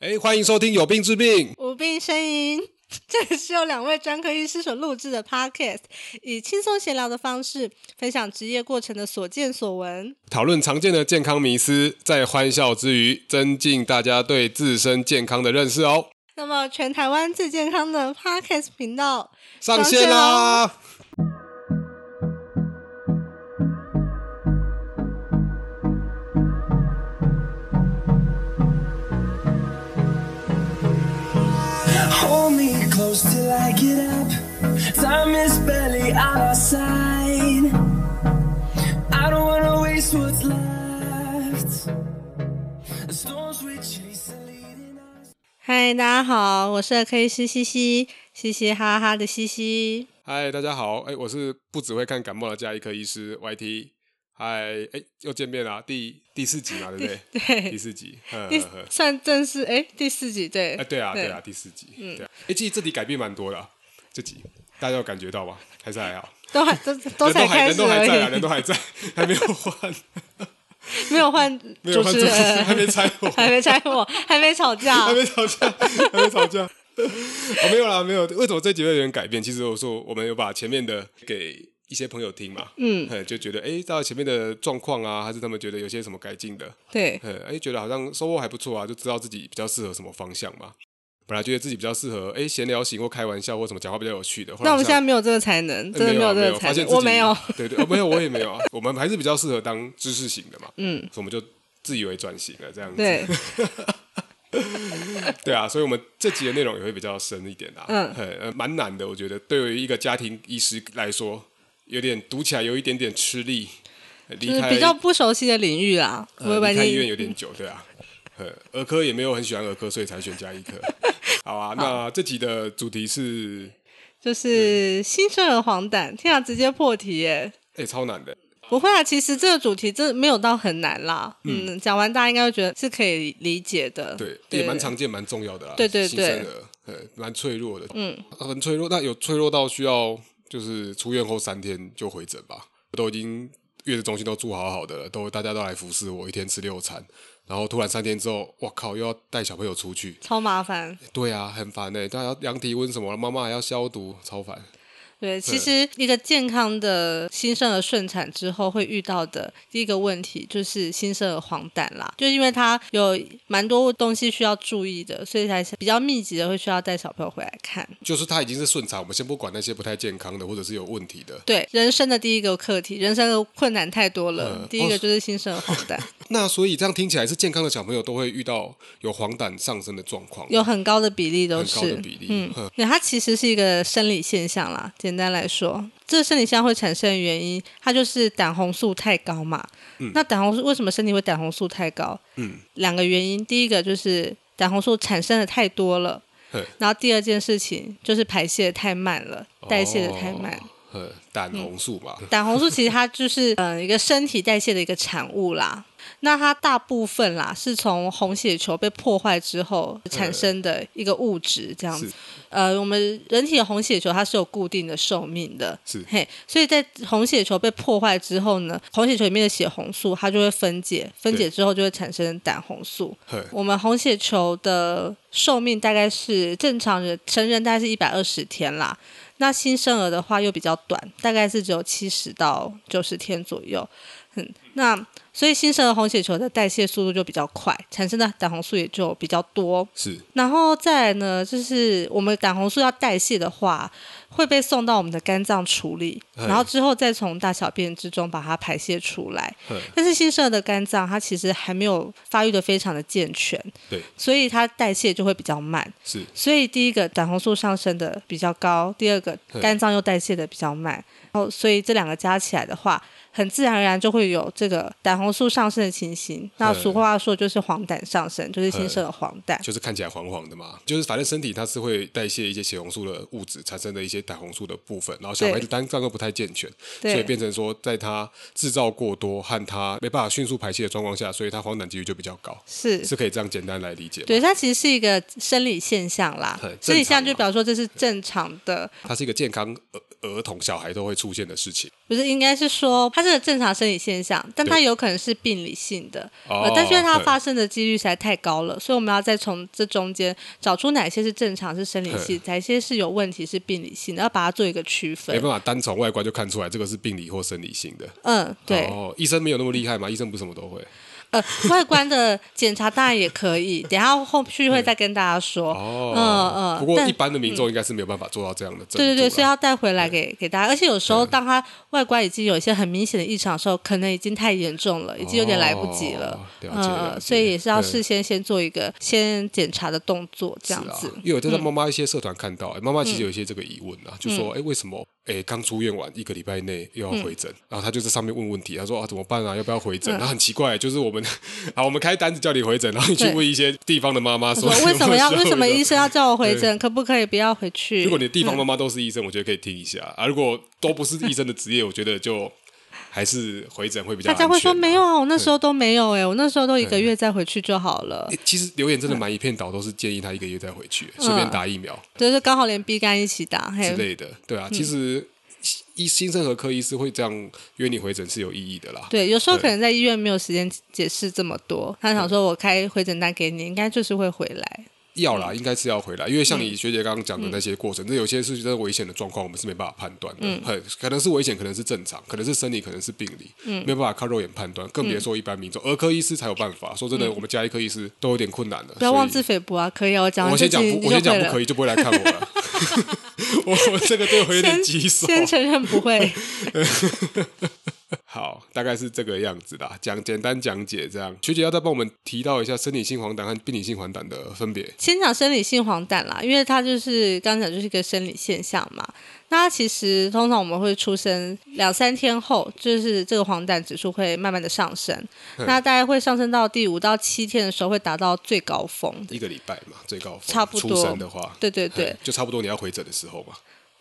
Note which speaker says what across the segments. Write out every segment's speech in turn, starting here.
Speaker 1: 哎，欢迎收听《有病治病》，
Speaker 2: 无病呻吟。 这里是由两位专科医师所录制的 Podcast，以轻松闲聊的方式分享职业过程的所见所闻。
Speaker 1: 讨论常见的健康迷思，在欢笑之余，增进大家对自身健康的认识哦。
Speaker 2: 那么，全台湾最健康的 Podcast 频道，
Speaker 1: 上线啦！
Speaker 3: Hold me close till I get up. Time is barely on our side. I don't wanna waste what's left. The storms we chase are leading us.
Speaker 2: 嗨，大家好，我是 K 师西西，嘻嘻哈哈的西西。
Speaker 1: 嗨，大家好，哎，我是不只会看感冒的加医科医师 YT。嗨，哎，又见面啦，第第四集嘛，对不对？第
Speaker 2: 对，
Speaker 1: 四集，呵
Speaker 2: 第
Speaker 1: 呵呵
Speaker 2: 算正式哎，第四集对，嗯
Speaker 1: 哎，对啊，对啊，，第四集，对啊。哎，其实这集改变蛮多的啊，这集大家有感觉到吗？还是还好，
Speaker 2: 都还都都
Speaker 1: 人
Speaker 2: 才
Speaker 1: 都还
Speaker 2: 开
Speaker 1: 人
Speaker 2: 始
Speaker 1: 都还在啊，
Speaker 2: 而
Speaker 1: 人
Speaker 2: 已，
Speaker 1: 都还在，还没有 换，
Speaker 2: 没有换
Speaker 1: 没有
Speaker 2: 主
Speaker 1: 换
Speaker 2: 持
Speaker 1: 主持人，
Speaker 2: 人，
Speaker 1: 还没拆我，
Speaker 2: 还没拆我，还没吵架
Speaker 1: 还，没吵架，还没吵架。 哦，没有啦，没有。为什么这集会有点改变？其实我说我们有把前面的给一些朋友听嘛，嗯，就觉得哎，到底前面的状况啊，还是他们觉得有些什么改进的，
Speaker 2: 对，
Speaker 1: 嗯，哎，觉得好像收获还不错啊，就知道自己比较适合什么方向嘛。本来觉得自己比较适合哎闲聊型或开玩笑或什么讲话比较有趣的，后来
Speaker 2: 那我们
Speaker 1: 好
Speaker 2: 现在
Speaker 1: 像
Speaker 2: 没有这个才能，
Speaker 1: 哎
Speaker 2: 真的
Speaker 1: 没有啊
Speaker 2: 这
Speaker 1: 没
Speaker 2: 个
Speaker 1: 发
Speaker 2: 才
Speaker 1: 现
Speaker 2: 能，
Speaker 1: 自己
Speaker 2: 我没有。，
Speaker 1: 对对，哦没有，我也没有啊。我们还是比较适合当知识型的嘛，嗯，所以我们就自以为转型了这样子。
Speaker 2: 对，
Speaker 1: 对啊，所以我们这集的内容也会比较深一点啦。
Speaker 2: 嗯
Speaker 1: 很呃蛮难的，我觉得对于一个家庭医师来说，有点读起来有一点点吃力，呃
Speaker 2: 就
Speaker 1: 离
Speaker 2: 是
Speaker 1: 开
Speaker 2: 比较不熟悉的领域啦。
Speaker 1: 呃
Speaker 2: 我把
Speaker 1: 离开医院
Speaker 2: 你
Speaker 1: 有点久，对啊。呃，儿科也没有很喜欢儿科，所以才选加医科。 好啊，那这集的主题是，
Speaker 2: 就是
Speaker 1: 嗯
Speaker 2: 新生儿黄疸，天啊，直接破题耶！
Speaker 1: 哎、超难的，
Speaker 2: 不会啊，其实这个主题真的没有到很难啦。嗯，讲完大家应该会觉得是可以理解的。
Speaker 1: 对，也蛮常见、蛮重要的啦。
Speaker 2: 对对
Speaker 1: 新生
Speaker 2: 对
Speaker 1: 儿，呃，蛮脆弱的，嗯，很脆弱。那有脆弱到需要就是出院后三天就回诊吧？都已经月子中心都住好好的了，都大家都来服侍我，一天吃六餐，然后突然三天之后，我靠，又要带小朋友出去，
Speaker 2: 超麻烦。
Speaker 1: 对啊，很烦呢、欸，大家要量体温什么，妈妈还要消毒，超烦。
Speaker 2: 对，其实一个健康的新生儿顺产之后会遇到的第一个问题就是新生儿黄疸啦，就是因为它有蛮多东西需要注意的，所以才比较密集的会需要带小朋友回来看。
Speaker 1: 就是他已经是顺产，我们先不管那些不太健康的或者是有问题的，
Speaker 2: 对，人生的第一个课题，人生的困难太多了。
Speaker 1: 嗯
Speaker 2: 第一个就是新生儿黄疸，
Speaker 1: 那所以这样听起来是健康的小朋友都会遇到有黄疸上升的状况，
Speaker 2: 有很高的比例都
Speaker 1: 很
Speaker 2: 是
Speaker 1: 高的比例，
Speaker 2: 嗯
Speaker 1: 嗯，
Speaker 2: 对，它其实是一个生理现象啦。简单来说，这个生理现象会产生的原因，它就是胆红素太高嘛。那胆红素为什么身体会胆红素太高？
Speaker 1: 嗯，
Speaker 2: 两个原因，第一个就是胆红素产生的太多了
Speaker 1: 嘿。
Speaker 2: 然后第二件事情就是排泄得太慢了，代谢的太慢。嗯
Speaker 1: 哦呃，胆红素嘛，
Speaker 2: 胆红素其实它就是嗯、呃、一个身体代谢的一个产物啦。那它大部分啦是从红血球被破坏之后产生的一个物质，这样子
Speaker 1: 是。
Speaker 2: 呃，我们人体的红血球它是有固定的寿命的，
Speaker 1: 是
Speaker 2: 嘿，所以在红血球被破坏之后呢，红血球里面的血红素它就会分解，分解之后就会产生胆红素。
Speaker 1: 嘿
Speaker 2: 我们红血球的寿命大概是正常人成人大概是一百二十天啦，那新生儿的话又比较短，大概是只有七十到九十天左右。嗯，那所以新生儿红血球的代谢速度就比较快，产生的胆红素也就比较多。
Speaker 1: 是
Speaker 2: 然后再来呢，就是我们胆红素要代谢的话，会被送到我们的肝脏处理，
Speaker 1: 哎
Speaker 2: 然后之后再从大小便之中把它排泄出来
Speaker 1: 哎。
Speaker 2: 但是新生儿的肝脏它其实还没有发育的非常的健全，
Speaker 1: 对，
Speaker 2: 所以它代谢就会比较慢。
Speaker 1: 是
Speaker 2: 所以第一个胆红素上升的比较高，第二个
Speaker 1: 对
Speaker 2: 肝脏又代谢的比较慢，然后所以这两个加起来的话，很自然而然就会有这个胆红素上升的情形。那
Speaker 1: 对
Speaker 2: 俗话说就是黄疸上升，就是新生儿黄疸。
Speaker 1: 就是看起来黄黄的嘛，就是反正身体它是会代谢一些血红素的物质，产生的一些胆红素的部分，然后小孩子
Speaker 2: 对
Speaker 1: 肝脏又不太健全，所
Speaker 2: 对
Speaker 1: 以变成说，在它制造过多和它没办法迅速排泄的状况下，所以它黄疸几率就比较高，
Speaker 2: 是
Speaker 1: 是可以这样简单来理解。
Speaker 2: 对，它其实是一个生理现象啦
Speaker 1: 对。
Speaker 2: 生
Speaker 1: 正
Speaker 2: 理现
Speaker 1: 常
Speaker 2: 象
Speaker 1: 嘛
Speaker 2: 就表示说这是正常的，
Speaker 1: 它是一个健康儿儿童小孩都会出现的事情。
Speaker 2: 不是，应该是说它是正常生理现象，但它
Speaker 1: 对
Speaker 2: 有可能是病理性的，
Speaker 1: 哦
Speaker 2: 呃，但是因为它
Speaker 1: 对
Speaker 2: 发生的几率实在太高了，所以我们要再从这中间找出哪些是正常是生理性，哪些是有问题是病理性的，要把它做一个区
Speaker 1: 没
Speaker 2: 分。
Speaker 1: 办法，单从外观就看出来这个是病理或生理性的。
Speaker 2: 嗯，对，
Speaker 1: 哦，医生没有那么厉害嘛，医生不是什么都会。
Speaker 2: 呃，外观的检查当然也可以，等一下后续会再跟大家 说。
Speaker 1: 哦，
Speaker 2: 嗯嗯，
Speaker 1: 不过
Speaker 2: 但
Speaker 1: 一般的民众应该是没有办法做到这样的证啊
Speaker 2: 对对对，
Speaker 1: 据
Speaker 2: 所以
Speaker 1: 啦
Speaker 2: 要带回来给给大家。而且有时候，当它外观已经有一些很明显的异常的时候，可能已经太严重了，已经有点来不及了。
Speaker 1: 哦哦了解了
Speaker 2: 呃，
Speaker 1: 解
Speaker 2: 所以也是要事
Speaker 1: 嗯
Speaker 2: 先先做一个先检查的动作，这样
Speaker 1: 是
Speaker 2: 子嗯
Speaker 1: 啊。。因为我在妈妈一些社团看到，欸妈妈其实有一些这个疑问啊，就说，哎，为什么，哎，刚出院完一个礼拜内又要回诊，
Speaker 2: 嗯
Speaker 1: 然后她就在上面问问题，她说啊，怎么办啊，要不要回诊？然后很奇怪，就是我们， 好，我们开单子叫你回诊，然后你去
Speaker 2: 对
Speaker 1: 问一些地方的妈妈
Speaker 2: 我
Speaker 1: 说，
Speaker 2: 说为什么要为什么医生嗯要叫我回
Speaker 1: 对
Speaker 2: 诊？可不可以不要回去
Speaker 1: 如？果你的地方妈妈都是医生，我觉得可以听一下啊。如果都不是医生的职业，我觉得就还是回诊会比较
Speaker 2: 大
Speaker 1: 安全
Speaker 2: 家
Speaker 1: 啊。
Speaker 2: 会说没有啊，我那时候都没有哎、我那时候都一个月再回去就好了
Speaker 1: 欸。其实留言真的蛮一片倒，都是建议他一个月再回去，
Speaker 2: 嗯
Speaker 1: 顺便打疫苗
Speaker 2: 就是刚好连 B 肝一起打，
Speaker 1: 之
Speaker 2: 嘿，
Speaker 1: 类的。对啊，
Speaker 2: 嗯
Speaker 1: 其实医新生儿科医师会这样约你回诊是有意义的啦。
Speaker 2: 对，有时候
Speaker 1: 对
Speaker 2: 可能在医院没有时间解释这么多，他想说我开回诊单给你，应该就是会回来。
Speaker 1: 要啦，应该是要回来，因
Speaker 2: 嗯
Speaker 1: 为像你学姐刚刚讲的那些过程，这有些是真的危险的状况，我们是没办法判断
Speaker 2: 嗯
Speaker 1: 的，很可能是危险，可能是正常，可能是生理，可能是病理，
Speaker 2: 嗯
Speaker 1: 没有办法靠肉眼判断，更别说一般民众，儿科医师才有办法。说真的，我们家医科医师都有点困难的。
Speaker 2: 嗯不要妄
Speaker 1: 所
Speaker 2: 自
Speaker 1: 以
Speaker 2: 菲薄啊！可以啊，我讲
Speaker 1: 我
Speaker 2: 完
Speaker 1: 先
Speaker 2: 这
Speaker 1: 讲
Speaker 2: 集
Speaker 1: 不，
Speaker 2: 你
Speaker 1: 我
Speaker 2: 就
Speaker 1: 先讲
Speaker 2: 会
Speaker 1: 不
Speaker 2: 了
Speaker 1: 可。以，就不会来看我了。 我我这个对我有点棘手。
Speaker 2: 先承认不 会，
Speaker 1: 好，大概是这个样子啦，讲简单讲解这样。学姐要再帮我们提到一下生理性黄疸和病理性黄疸的分别。
Speaker 2: 先讲生理性黄疸啦，因为它就是刚才讲就是一个生理现象嘛。那它其实通常我们会出生两三天后，就是这个黄疸指数会慢慢的上升，
Speaker 1: 嗯
Speaker 2: 那大概会上升到第五到七天的时候会达到最高峰。
Speaker 1: 一个礼拜嘛，最高峰
Speaker 2: 差不多
Speaker 1: 出生的话，
Speaker 2: 对对对
Speaker 1: 嗯，就差不多你要回诊的时候嘛。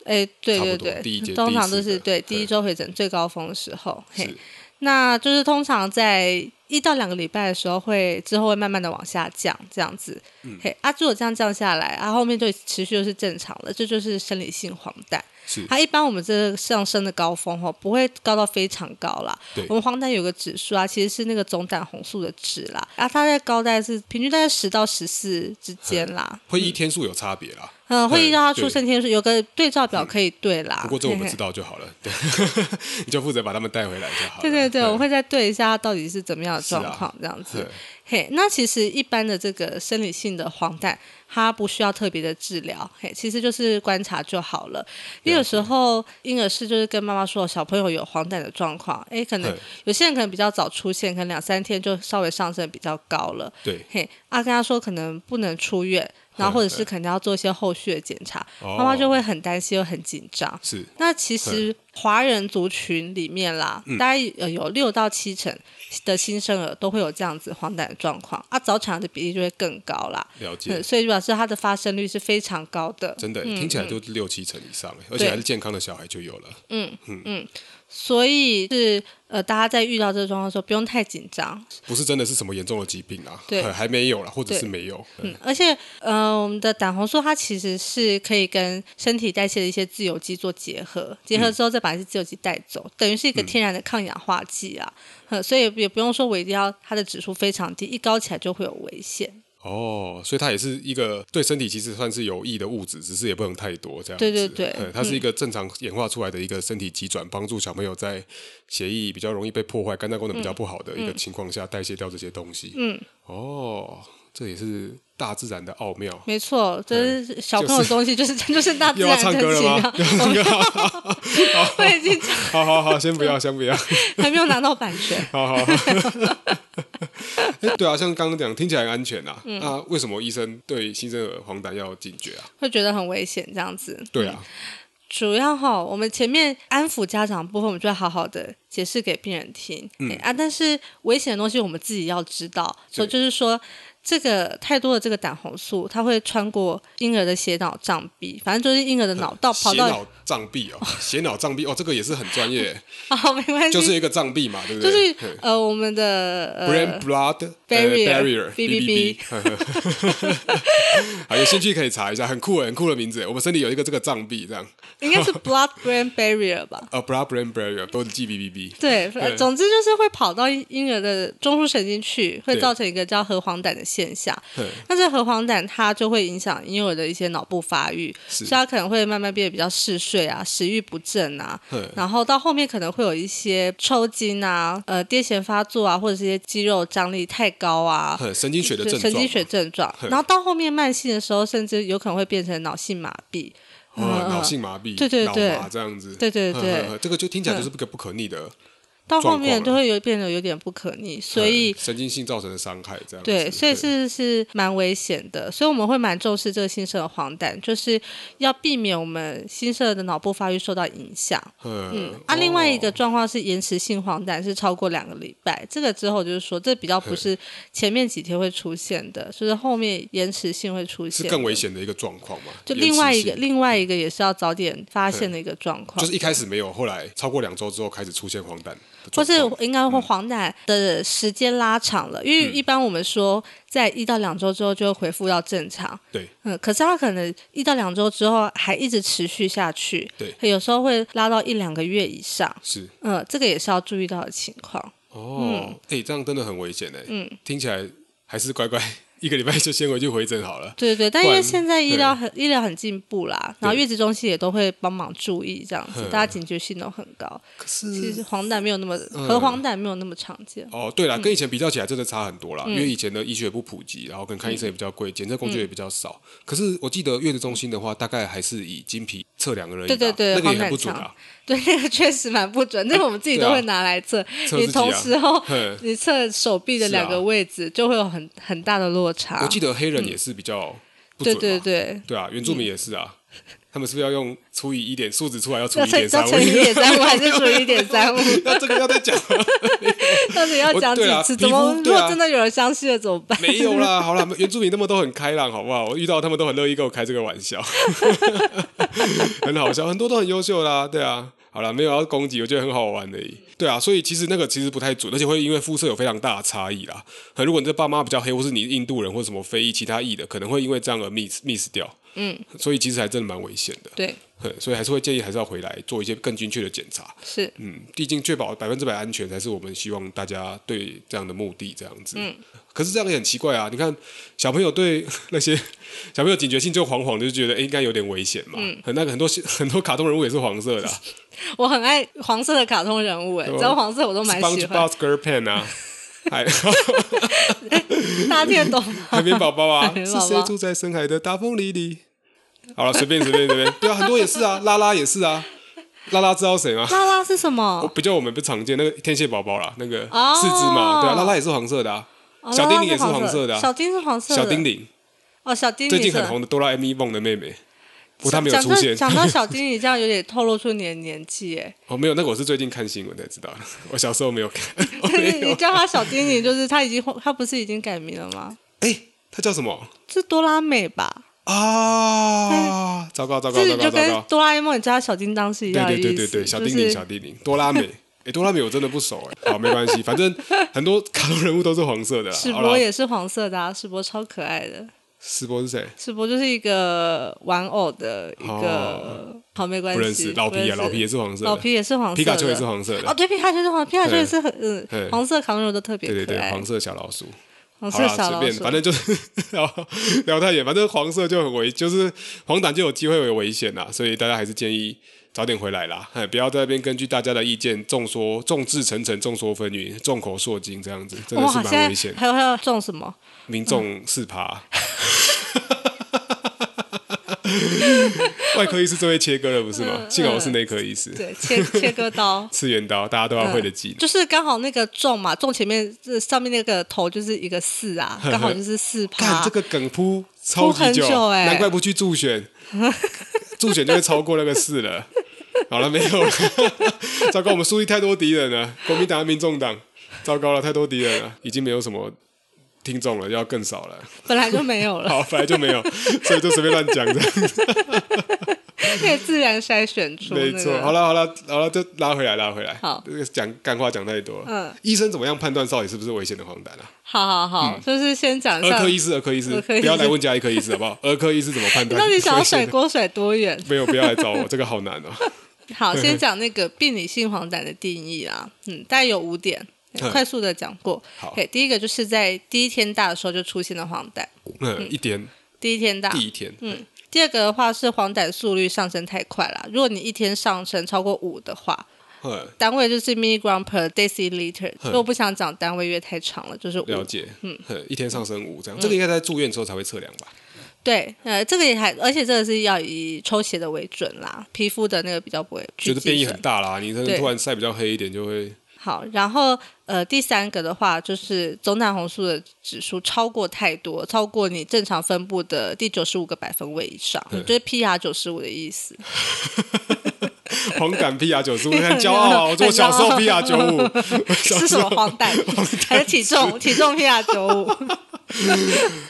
Speaker 2: 哎，对
Speaker 1: 差不
Speaker 2: 对
Speaker 1: 多第一
Speaker 2: 对，
Speaker 1: 节
Speaker 2: 通常
Speaker 1: 第一
Speaker 2: 都
Speaker 1: 次
Speaker 2: 是
Speaker 1: 的
Speaker 2: 对第一
Speaker 1: 对
Speaker 2: 周回诊最高峰的时候。嘿
Speaker 1: 是，
Speaker 2: 那就是通常在一到两个礼拜的时候会，之后会慢慢的往下降，这样子。
Speaker 1: 嗯
Speaker 2: 嘿，啊，如果这样降下来，啊，后面就持续就是正常了，这就是生理性黄疸。
Speaker 1: 是
Speaker 2: 它一般我们这个上升的高峰哦，不会高到非常高啦
Speaker 1: 对。
Speaker 2: 我们黄疸有个指数啊，其实是那个总胆红素的值啦，啊，它在高在是平均大概十到十四之间啦。
Speaker 1: 会议天数有差别啦，
Speaker 2: 嗯，会
Speaker 1: 嗯
Speaker 2: 议到它出
Speaker 1: 对
Speaker 2: 生天数有个对照表可以对啦。
Speaker 1: 不过这我们
Speaker 2: 啊嘿嘿
Speaker 1: 知道就好了。对， 你就负责把他们带回来就好了。
Speaker 2: 对对对，
Speaker 1: 嗯
Speaker 2: 我会再对一下它到底是怎么样的
Speaker 1: 是啊
Speaker 2: 状况，这样子
Speaker 1: 对。
Speaker 2: 嘿，那其实一般的这个生理性的黄疸，它不需要特别的治疗，嘿，其实就是观察就好了。因为有时候婴儿室就是跟妈妈说小朋友有黄疸的状况，诶，可能
Speaker 1: 对
Speaker 2: 有些人可能比较早出现，可能两三天就稍微上升比较高了。
Speaker 1: 对
Speaker 2: 嘿，啊，跟他说可能不能出院，然后或者
Speaker 1: 对
Speaker 2: 是可能要做一些后续的检查，
Speaker 1: 哦
Speaker 2: 妈妈就会很担心又很紧张。
Speaker 1: 是
Speaker 2: 那其实华人族群里面啦，
Speaker 1: 嗯
Speaker 2: 大概呃有六到七成的新生儿都会有这样子黄疸的状况，啊，早产的比例就会更高啦。
Speaker 1: 了解
Speaker 2: 嗯，。所以就表示它的发生率是非常高的。
Speaker 1: 真的听起
Speaker 2: 嗯
Speaker 1: 来都六七成以上，而且还是健康的小孩就有了。
Speaker 2: 所以是呃，大家在遇到这个状况的时候，不用太紧张。
Speaker 1: 不是真的是什么严重的疾病啊，
Speaker 2: 对
Speaker 1: 嗯还没有啦，或者是
Speaker 2: 对
Speaker 1: 没有。
Speaker 2: 嗯，而且呃，我们的胆红素它其实是可以跟身体代谢的一些自由基做结合，结
Speaker 1: 嗯
Speaker 2: 合之后再把一些自由基带走，等于是一个天然的抗氧化剂啊。嗯，所以也不用说我一定要它的指数非常低，一高起来就会有危险。
Speaker 1: 哦，所以它也是一个对身体其实算是有益的物质，只是也不能太多这样子。
Speaker 2: 对对对
Speaker 1: 嗯它是一个正常演化出来的一个身体机转，帮助小朋友在血液比较容易被破坏、肝脏功能比
Speaker 2: 嗯
Speaker 1: 较不好的一个情况下代谢掉这些东西。嗯，哦，这也是大自然的奥妙。
Speaker 2: 没错，就是小朋友的东西，就是就是大自
Speaker 1: 又要
Speaker 2: 然
Speaker 1: 唱
Speaker 2: 真
Speaker 1: 歌了
Speaker 2: 情
Speaker 1: 吗
Speaker 2: 啊！我们 我已经唱
Speaker 1: 好好好，先不要，先不要。
Speaker 2: 还没有拿到版权。
Speaker 1: 好 好。哎对啊，像刚刚讲，听起来很安全啊。
Speaker 2: 嗯
Speaker 1: 那为什么医生对新生儿黄疸要警觉啊？
Speaker 2: 会觉得很危险，这样子。
Speaker 1: 对啊，
Speaker 2: 主要哈，我们前面安抚家长的部分，我们就要好好的解哎释给病人听。嗯啊，但是危险的东西我们自己要知道，所以就是说。这个太多的这个胆红素，它会穿过婴儿的血脑障壁，反正就是婴儿的脑道跑
Speaker 1: 血
Speaker 2: 到
Speaker 1: 脑障壁 哦，血脑障壁哦，这个也是很专业，
Speaker 2: 哦好，没关系，
Speaker 1: 就是一个障壁嘛，对不
Speaker 2: 就
Speaker 1: 对？
Speaker 2: 是
Speaker 1: 对
Speaker 2: 呃，我们的
Speaker 1: Brain
Speaker 2: 呃
Speaker 1: Blood 呃
Speaker 2: barrier
Speaker 1: barrier BBB，好， 有兴趣可以查一下，很酷欸很酷的名字。我们身体有一个这个障壁，这样
Speaker 2: 应该是 blood brain barrier 吧？
Speaker 1: 呃 b r a Brain Barrier 都是 GBBB。
Speaker 2: 对，反总之就是会跑到婴儿的中枢神经去，会
Speaker 1: 对
Speaker 2: 造成一个叫核黄疸的现象
Speaker 1: 对。
Speaker 2: 那这核黄疸它就会影响婴儿的一些脑部发育，
Speaker 1: 是
Speaker 2: 所以他可能会慢慢变得比较嗜睡啊、食欲不振 啊
Speaker 1: 对，
Speaker 2: 然后到后面可能会有一些抽筋啊、呃癫痫发作啊，或者是一些肌肉张力太高啊。
Speaker 1: 很神经学 的
Speaker 2: 就
Speaker 1: 症
Speaker 2: 神
Speaker 1: 状，
Speaker 2: 经学 症状，
Speaker 1: 对
Speaker 2: 然后到后面慢性的时候，甚至有可能会变成脑性麻痹。
Speaker 1: 哦，
Speaker 2: 嗯
Speaker 1: 脑性麻痹，
Speaker 2: 对对
Speaker 1: 脑
Speaker 2: 对
Speaker 1: 麻这样子，
Speaker 2: 对对对嗯
Speaker 1: 呵呵呵这个就听起来就是个不可逆的，
Speaker 2: 到后
Speaker 1: 状况
Speaker 2: 面
Speaker 1: 啊
Speaker 2: 就
Speaker 1: 了
Speaker 2: 会有变得有点不可逆，所以
Speaker 1: 嗯神经性造成的伤害这样子，
Speaker 2: 对，所以是是蛮危险的，所以我们会蛮重视这个新生儿黄疸，就是要避免我们新生儿的脑部发育受到影响。
Speaker 1: 嗯
Speaker 2: 啊，另外一个
Speaker 1: 哦
Speaker 2: 状况是延迟性黄疸，是超过两个礼拜，这个之后就是说，这比较不是前面几天会出现的，就是后面延迟性会出现，
Speaker 1: 是更危。险的一个状况嘛，
Speaker 2: 就
Speaker 1: 延迟
Speaker 2: 另外一个，
Speaker 1: 性嗯
Speaker 2: 另外一个也是要早点发现的一个状况，
Speaker 1: 就是一开始没有，后来超过两周之后开始出现黄疸的
Speaker 2: 或
Speaker 1: 状况，
Speaker 2: 是应该
Speaker 1: 嗯
Speaker 2: 会黄疸的时间拉长了，因为一般我们说在一到两周之后就会恢复到正常，
Speaker 1: 对
Speaker 2: 嗯，可是它可能一到两周之后还一直持续下去，
Speaker 1: 对
Speaker 2: 有时候会拉到一两个月以上，
Speaker 1: 是
Speaker 2: 嗯，这个也是要注意到的情况。嗯
Speaker 1: 哦，哎，这样真的很危险哎，嗯，听起来还是乖乖一个礼拜就先回去回诊好了，
Speaker 2: 对对，但
Speaker 1: 不
Speaker 2: 因
Speaker 1: 然
Speaker 2: 为现在医疗很医疗很进步啦，然后月子中心也都会帮忙注意这样子，
Speaker 1: 嗯
Speaker 2: 大家警觉性都很高。
Speaker 1: 可
Speaker 2: 其实
Speaker 1: 是。
Speaker 2: 黄疸没有那么
Speaker 1: 嗯
Speaker 2: 和黄疸没有那么常见，
Speaker 1: 哦，对了，跟以前比较起来，真的差很多啦。
Speaker 2: 嗯
Speaker 1: 因为以前的医学不普及，然后可能看医生也比较贵，检测工具也比较少。可是我记得月子中心的话，大概还是以经皮测量的人，
Speaker 2: 对对对
Speaker 1: 那个也
Speaker 2: 黄疸
Speaker 1: 很不准啊
Speaker 2: 长。对，那个确实蛮不准，那个我们自己 都会拿来测。
Speaker 1: 测
Speaker 2: 你
Speaker 1: 自己
Speaker 2: 同
Speaker 1: 啊
Speaker 2: 时候
Speaker 1: 嗯，
Speaker 2: 你测手臂的
Speaker 1: 是
Speaker 2: 两
Speaker 1: 啊
Speaker 2: 个位置，就会有很很大的落差。
Speaker 1: 我记得黑人也是比较不
Speaker 2: 嗯对
Speaker 1: 准、
Speaker 2: 对，对，
Speaker 1: 对啊，原住民也是啊，他们是不是要用除以一点数值出来要除
Speaker 2: 要
Speaker 1: 以一
Speaker 2: 乘
Speaker 1: 点
Speaker 2: 要
Speaker 1: 三五？
Speaker 2: 乘以一点三五还是除以一点三五？
Speaker 1: 那这个要再讲 吗，
Speaker 2: 到底要
Speaker 1: 我
Speaker 2: 讲几
Speaker 1: 对啊
Speaker 2: 次？
Speaker 1: 皮
Speaker 2: 怎么
Speaker 1: 肤
Speaker 2: 如
Speaker 1: 对
Speaker 2: 果
Speaker 1: 啊
Speaker 2: 真的有人相信了怎么 办？
Speaker 1: 没有啦，好啦，原住民他们都很开朗，好不好？我遇到他们都很乐意跟我开这个玩笑， 很好笑，很多都很优秀啦，对啊。好啦，没有要攻击，我觉得很好玩而已。对啊，所以其实那个其实不太准，而且会因为肤色有非常大的差异啦。呃如果你的爸妈比较黑，或是你印度人或什么非裔其他裔的，可能会因为这样而 miss miss 掉。嗯，所以其实还真的蛮危险的。
Speaker 2: 对，
Speaker 1: 哼所以还是会建议还是要回来做一些更精确的检查。
Speaker 2: 是
Speaker 1: 嗯，毕竟确保百分之百安全才是我们希望大家对这样的目的这样子。嗯，可是这样也很奇怪啊！你看小朋友对那些 小朋友警觉性就黄黄的，就觉得、诶应该有点危险嘛。嗯，那个很多 很多卡通人物也是黄色的、啊，
Speaker 2: 我很爱黄色的卡通人物，哎，
Speaker 1: 对啊
Speaker 2: 只要黄色 我都蛮喜欢
Speaker 1: SpongeBob。SquarePants 啊，海
Speaker 2: 大家听得懂吗？
Speaker 1: 海绵宝宝啊
Speaker 2: 海，绵宝
Speaker 1: 是
Speaker 2: 宝
Speaker 1: 谁住在深海的大风里里？好了，随便随便随便，对啊，很多也是啊，拉拉也是啊，拉拉知道谁吗？
Speaker 2: 拉拉是什
Speaker 1: 我
Speaker 2: 么？
Speaker 1: 比较我哦们不常见那个天线宝宝啦，那个
Speaker 2: 哦
Speaker 1: 四肢嘛，对啊，拉拉也是黄色的啊，
Speaker 2: 哦
Speaker 1: 小
Speaker 2: 拉
Speaker 1: 叮
Speaker 2: 拉
Speaker 1: 铃也是黄色
Speaker 2: 色
Speaker 1: 的啊
Speaker 2: 小叮是黄色的，
Speaker 1: 小叮铃
Speaker 2: 哦，小叮铃
Speaker 1: 最近
Speaker 2: 是
Speaker 1: 很红的哆啦 A 梦的妹妹，不过她
Speaker 2: 讲
Speaker 1: 没有出现。
Speaker 2: 讲到讲到小叮铃，这样有点透露出你的年纪，哎，
Speaker 1: 哦，没有，那个我是最近看新闻才知道的， 我小时候没有 看。我
Speaker 2: 但
Speaker 1: 没
Speaker 2: 是你
Speaker 1: 有。
Speaker 2: 叫他小叮铃，就是他已经他不是已经改名了吗？
Speaker 1: 哎，她叫什么
Speaker 2: 是哆啦美吧？
Speaker 1: 啊？糟糕糟糕糟
Speaker 2: 哎就
Speaker 1: 糕糟
Speaker 2: 跟
Speaker 1: 糕！
Speaker 2: 哆啦 A 梦你叫他小叮当是一
Speaker 1: 对
Speaker 2: 样的
Speaker 1: 对
Speaker 2: 意思。
Speaker 1: 对对对，小叮
Speaker 2: 就
Speaker 1: 铃
Speaker 2: 是
Speaker 1: 小叮铃，哆啦美。哎，哆啦美我真的不熟哎，好没关系，反正很多卡通人物都是黄色的啦。
Speaker 2: 史
Speaker 1: 好啦
Speaker 2: 博也是黄色的、啊，史博超可爱的。
Speaker 1: 史博是谁？
Speaker 2: 史博就是一个玩偶的一个
Speaker 1: 哦，
Speaker 2: 好没关
Speaker 1: 不认
Speaker 2: 系
Speaker 1: 识，。老皮啊，
Speaker 2: 不
Speaker 1: 老
Speaker 2: 认识
Speaker 1: 皮也是黄色的，
Speaker 2: 老皮也是黄
Speaker 1: 皮
Speaker 2: 色的，
Speaker 1: 卡丘也是黄色的
Speaker 2: 哦，对，皮卡丘是黄，皮卡丘也
Speaker 1: 对
Speaker 2: 是很嗯，
Speaker 1: 对
Speaker 2: 黄色卡通人都特别
Speaker 1: 对对
Speaker 2: 可
Speaker 1: 对，
Speaker 2: 爱，
Speaker 1: 黄色小老鼠。
Speaker 2: 黄
Speaker 1: 哦好
Speaker 2: 色
Speaker 1: 啦，
Speaker 2: 小
Speaker 1: 随
Speaker 2: 老
Speaker 1: 便，
Speaker 2: 鼠，
Speaker 1: 反正就是 聊聊太远，反正黄色就很危，就是黄疸就有机会有危险啦，所以大家还是建议早点回来啦，嘿不要在那边根据大家的意见众说众志成城、众说纷纭、众口铄金这样子，真的是
Speaker 2: 哇，
Speaker 1: 蛮
Speaker 2: 现
Speaker 1: 危
Speaker 2: 在
Speaker 1: 险。
Speaker 2: 还有还有种什么？
Speaker 1: 民众四趴， 外科医师最会切割了，不是吗？幸好我是内科医师，。
Speaker 2: 嗯对，切切割刀
Speaker 1: 次元刀大家都要 会的技能。
Speaker 2: 就是刚好那个种嘛，种前面这上面那个头就是一个四 啊，刚好就是四
Speaker 1: 看
Speaker 2: 趴
Speaker 1: 这。个梗铺超级
Speaker 2: 铺很久欸
Speaker 1: 难怪不去助 选，助选就会超过那个四了。好了，没有了， 糟糕，我们树立太多敌人了，国民党、民众党，糟糕了，太多敌人了，已经没有什么听众了，要更少了。
Speaker 2: 本来就没有 了，
Speaker 1: 好， 本来就没有，所以就随便乱讲这样。
Speaker 2: 可以自然筛选出、那
Speaker 1: 没
Speaker 2: 个。
Speaker 1: 错，好了好了好了，就拉回来拉回来。
Speaker 2: 好
Speaker 1: 这个讲干话讲太多了。
Speaker 2: 嗯，
Speaker 1: 医生怎么样判断少爷是不是危险的黄疸啊？
Speaker 2: 好好好，就是先讲一
Speaker 1: 儿
Speaker 2: 下
Speaker 1: 科，医师，儿科医师
Speaker 2: 儿，科医师
Speaker 1: 不要来问加医科医师好不好？儿科医师怎么判
Speaker 2: 你
Speaker 1: 断？
Speaker 2: 到底想要甩
Speaker 1: 危险的？
Speaker 2: 锅甩多远？
Speaker 1: 没有，不要来找我，这个好难 哦。
Speaker 2: 好，先讲那个病理性黄疸的定义啊，嗯，大概有五点，
Speaker 1: 嗯
Speaker 2: 快速的讲过。
Speaker 1: 好
Speaker 2: 嘿第一个就是在第一天大的时候就出现了黄疸，
Speaker 1: 嗯，一天
Speaker 2: 第一天大。
Speaker 1: 第一天，嗯，
Speaker 2: 第二个的话是黄疸速率上升太快了，如果你一天上升超过五的话，单位就是 milligram per deciliter，
Speaker 1: 嗯
Speaker 2: 如果不想讲单位，因为太长了，就是五。
Speaker 1: 了解，嗯，一天上升五
Speaker 2: 嗯
Speaker 1: 这样，这个应该在住院的时候才会测量吧？
Speaker 2: 对，呃，这个也还，而且这个是要以抽血的为准啦，皮肤的那个比较不会
Speaker 1: 觉
Speaker 2: 去
Speaker 1: 得
Speaker 2: 计
Speaker 1: 变异
Speaker 2: 算
Speaker 1: 很大啦，你这
Speaker 2: 对
Speaker 1: 突然晒比较黑一点就 会
Speaker 2: 好，然后呃，第三个的话就是总胆红素的指数超过太多，超过你正常分布的第九十五个百分位以上，
Speaker 1: 嗯
Speaker 2: 就是 PR 九十五的意思。
Speaker 1: 黄疸 PR 九 十五，很骄傲啊！我说我小时候 PR 九五，
Speaker 2: 是 什么黄疸？还是体重？体重 PR 九五？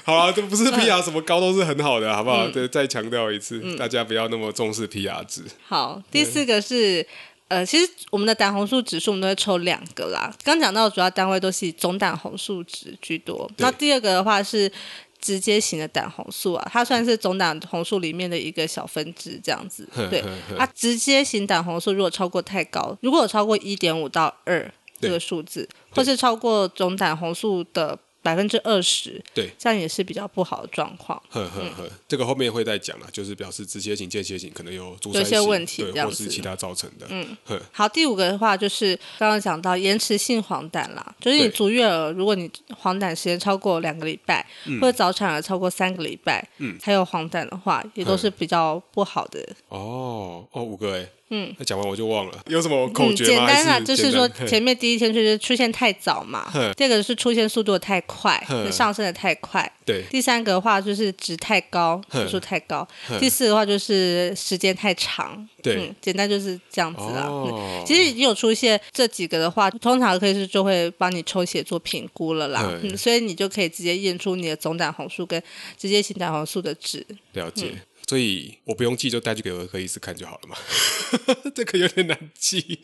Speaker 1: 好啊，这不
Speaker 2: 嗯
Speaker 1: 是 PR 什么高都是很好的，好不好？对，再强调一次，大家不要那么重视 PR 值。
Speaker 2: 好，第四个是。呃，其实我们的胆红素指数我们都会抽两个啦。刚讲到的主要单位都是以总胆红素值居多。
Speaker 1: 对
Speaker 2: 那第二个的话是直接型的胆红素啊，它算是总胆红素里面的一个小分支这样子。对
Speaker 1: 呵呵
Speaker 2: 啊，直接型胆红素如果超过太高，如果有超过一点五到二
Speaker 1: 对
Speaker 2: 这个数字，或是超过总胆红素的百分之二十，
Speaker 1: 对，
Speaker 2: 这样也是比较不好的状况。
Speaker 1: 呵呵
Speaker 2: 嗯
Speaker 1: 呵，这个后面会再讲了，就是表示直接型、间歇型可能有阻塞
Speaker 2: 有一些
Speaker 1: 性
Speaker 2: 问题这
Speaker 1: 对，
Speaker 2: 样
Speaker 1: 或
Speaker 2: 子
Speaker 1: 是其他造成的。嗯，呵，
Speaker 2: 好，第五个的话就是刚刚讲到延迟性黄疸啦，就是你
Speaker 1: 对
Speaker 2: 足月儿，如果你黄疸时间超过两个礼拜，
Speaker 1: 嗯
Speaker 2: 或者早产儿超过三个礼拜，嗯，还有黄疸的话，也都是比较不好的。
Speaker 1: 哦哦，五个哎，嗯，那讲完我就忘了，有什么口
Speaker 2: 嗯，
Speaker 1: 诀
Speaker 2: 简
Speaker 1: 吗？
Speaker 2: 单
Speaker 1: 还是
Speaker 2: 啦，就是说
Speaker 1: 简单
Speaker 2: 前面第一天就是出现太早嘛
Speaker 1: 哼，
Speaker 2: 第二个是出现速度太快，
Speaker 1: 哼
Speaker 2: 就上升的太快。
Speaker 1: 对
Speaker 2: 第三个的话就是值太高，
Speaker 1: 哼
Speaker 2: 指数太高
Speaker 1: 哼。
Speaker 2: 第四个的话就是时间太长。
Speaker 1: 对
Speaker 2: 嗯，简单就是这样子啦。
Speaker 1: 哦
Speaker 2: 嗯其实已经有出现这几个的话，通常可以是就会帮你抽血做评估了啦。
Speaker 1: 对
Speaker 2: 嗯，所以你就可以直接验出你的总胆红素跟直接型胆红素的值。
Speaker 1: 了
Speaker 2: 嗯
Speaker 1: 解。所以我不用记，就带去给儿科医师看就好了嘛。 这个有点难记，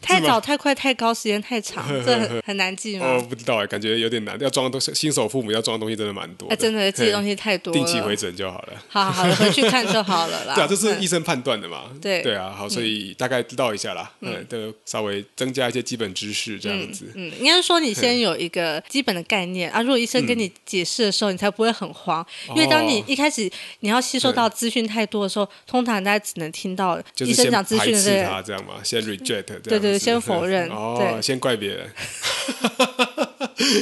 Speaker 2: 太
Speaker 1: 是吗
Speaker 2: 早、太快、太高，时间太长，这很很难记吗？
Speaker 1: 哦，不知道哎，感觉有点难，要装的东西，新手父母要装的东西真的蛮多
Speaker 2: 哎，
Speaker 1: 的。
Speaker 2: 真的，这些
Speaker 1: 嘿
Speaker 2: 东西太多了。
Speaker 1: 定期回诊就好了。
Speaker 2: 好好好的，回去看就好了啦。
Speaker 1: 对啊，这是
Speaker 2: 嗯
Speaker 1: 医生判断的嘛。
Speaker 2: 对
Speaker 1: 对啊，好，所以大概知道一下啦，嗯，都稍微增加一些基本知识这样子。
Speaker 2: 嗯，应该说你先有一个基本的概念啊。如果医生跟你解释的时候，你才不会很慌，因为当你
Speaker 1: 哦
Speaker 2: 一开始你要吸收到资讯太多的时候，通常大家只能听到
Speaker 1: 就
Speaker 2: 医
Speaker 1: 是
Speaker 2: 生
Speaker 1: 先
Speaker 2: 讲资
Speaker 1: 排
Speaker 2: 讯的
Speaker 1: 斥
Speaker 2: 这
Speaker 1: 他
Speaker 2: 个。
Speaker 1: 这样嘛，先 reject，这样子
Speaker 2: 对对先否认
Speaker 1: 哦，
Speaker 2: 对
Speaker 1: 先怪别人。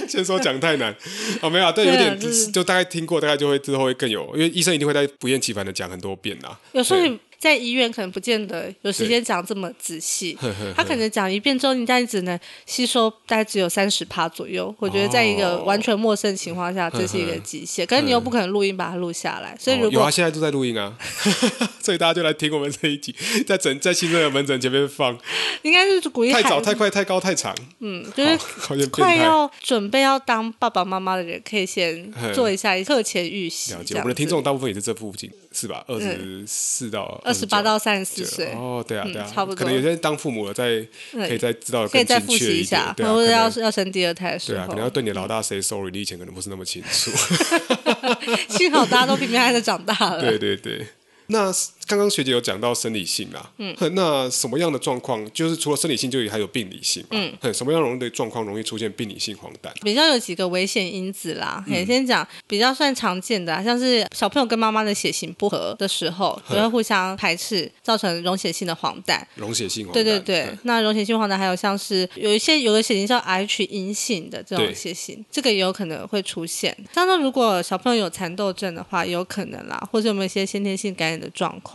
Speaker 1: 先说讲太难哦，没有啊，但有
Speaker 2: 对啊
Speaker 1: 点
Speaker 2: 就是
Speaker 1: 就大概听过，大概就会之后会更有，因为医生一定会在不厌其烦的讲很多遍啊啦。
Speaker 2: 有时候
Speaker 1: 对
Speaker 2: 你在医院可能不见得有时间讲这么仔细
Speaker 1: 对呵呵，
Speaker 2: 他可能讲一遍之后，你大概只能吸收大概只有三十趴左右。我觉得在一个
Speaker 1: 哦
Speaker 2: 完全陌生的情况下，这是一个极限。可是你又不可能录音把它录下来，所以
Speaker 1: 哦
Speaker 2: 如
Speaker 1: 有
Speaker 2: 果
Speaker 1: 啊，现在都在录音啊， 所以大家就来听我们这一集，在诊在新生儿门诊前面放，
Speaker 2: 应该是鼓励
Speaker 1: 太早、
Speaker 2: 孩子
Speaker 1: 太快、太高、太长，
Speaker 2: 嗯，就是
Speaker 1: 好像
Speaker 2: 快
Speaker 1: 变态。
Speaker 2: 要准备要当爸爸妈妈的人，可以先
Speaker 1: 嘿
Speaker 2: 做一下课前预习。
Speaker 1: 了
Speaker 2: 这
Speaker 1: 解，
Speaker 2: 样
Speaker 1: 我
Speaker 2: 子
Speaker 1: 们的听众大部分也是这附近，是吧？二十四到
Speaker 2: 二十八到
Speaker 1: 39
Speaker 2: 三十四岁，
Speaker 1: 嗯
Speaker 2: 嗯
Speaker 1: 哦，对啊，对啊，
Speaker 2: 差不多
Speaker 1: 可能有些人当父母了，再
Speaker 2: 嗯
Speaker 1: 可以再知道得
Speaker 2: 可以
Speaker 1: 更
Speaker 2: 再
Speaker 1: 精
Speaker 2: 复
Speaker 1: 确
Speaker 2: 习一
Speaker 1: 点
Speaker 2: 下，
Speaker 1: 对啊，
Speaker 2: 或
Speaker 1: 可
Speaker 2: 者要
Speaker 1: 能
Speaker 2: 要生第二胎的
Speaker 1: 对
Speaker 2: 时
Speaker 1: 啊，
Speaker 2: 候，嗯
Speaker 1: 可能要对你的老大 say sorry，你以前可能不是那么清 楚。
Speaker 2: 幸好大家都平平安安的长大了。
Speaker 1: 对对对。那刚刚学姐有讲到生理性啦，嗯，那什么样的状况，就是除了生理性，就还有病理性嘛，嗯，什么样容易的状况容易出现病理性黄疸？
Speaker 2: 比较有几个危险因子啦，
Speaker 1: 嗯
Speaker 2: 嘿先讲比较算常见的、啊，像是小朋友跟妈妈的血型不合的时候，也会互相排斥，造成溶血性的黄疸。
Speaker 1: 溶血性黄疸？
Speaker 2: 对对对，那溶血性黄疸还有像是有一些有的血型叫 H 阴性的这
Speaker 1: 对
Speaker 2: 种血型，这个也有可能会出现。当然，如果小朋友有蚕豆症的话，也有可能啦，或者有没有一些先天性感你的状
Speaker 1: 嗯
Speaker 2: 况。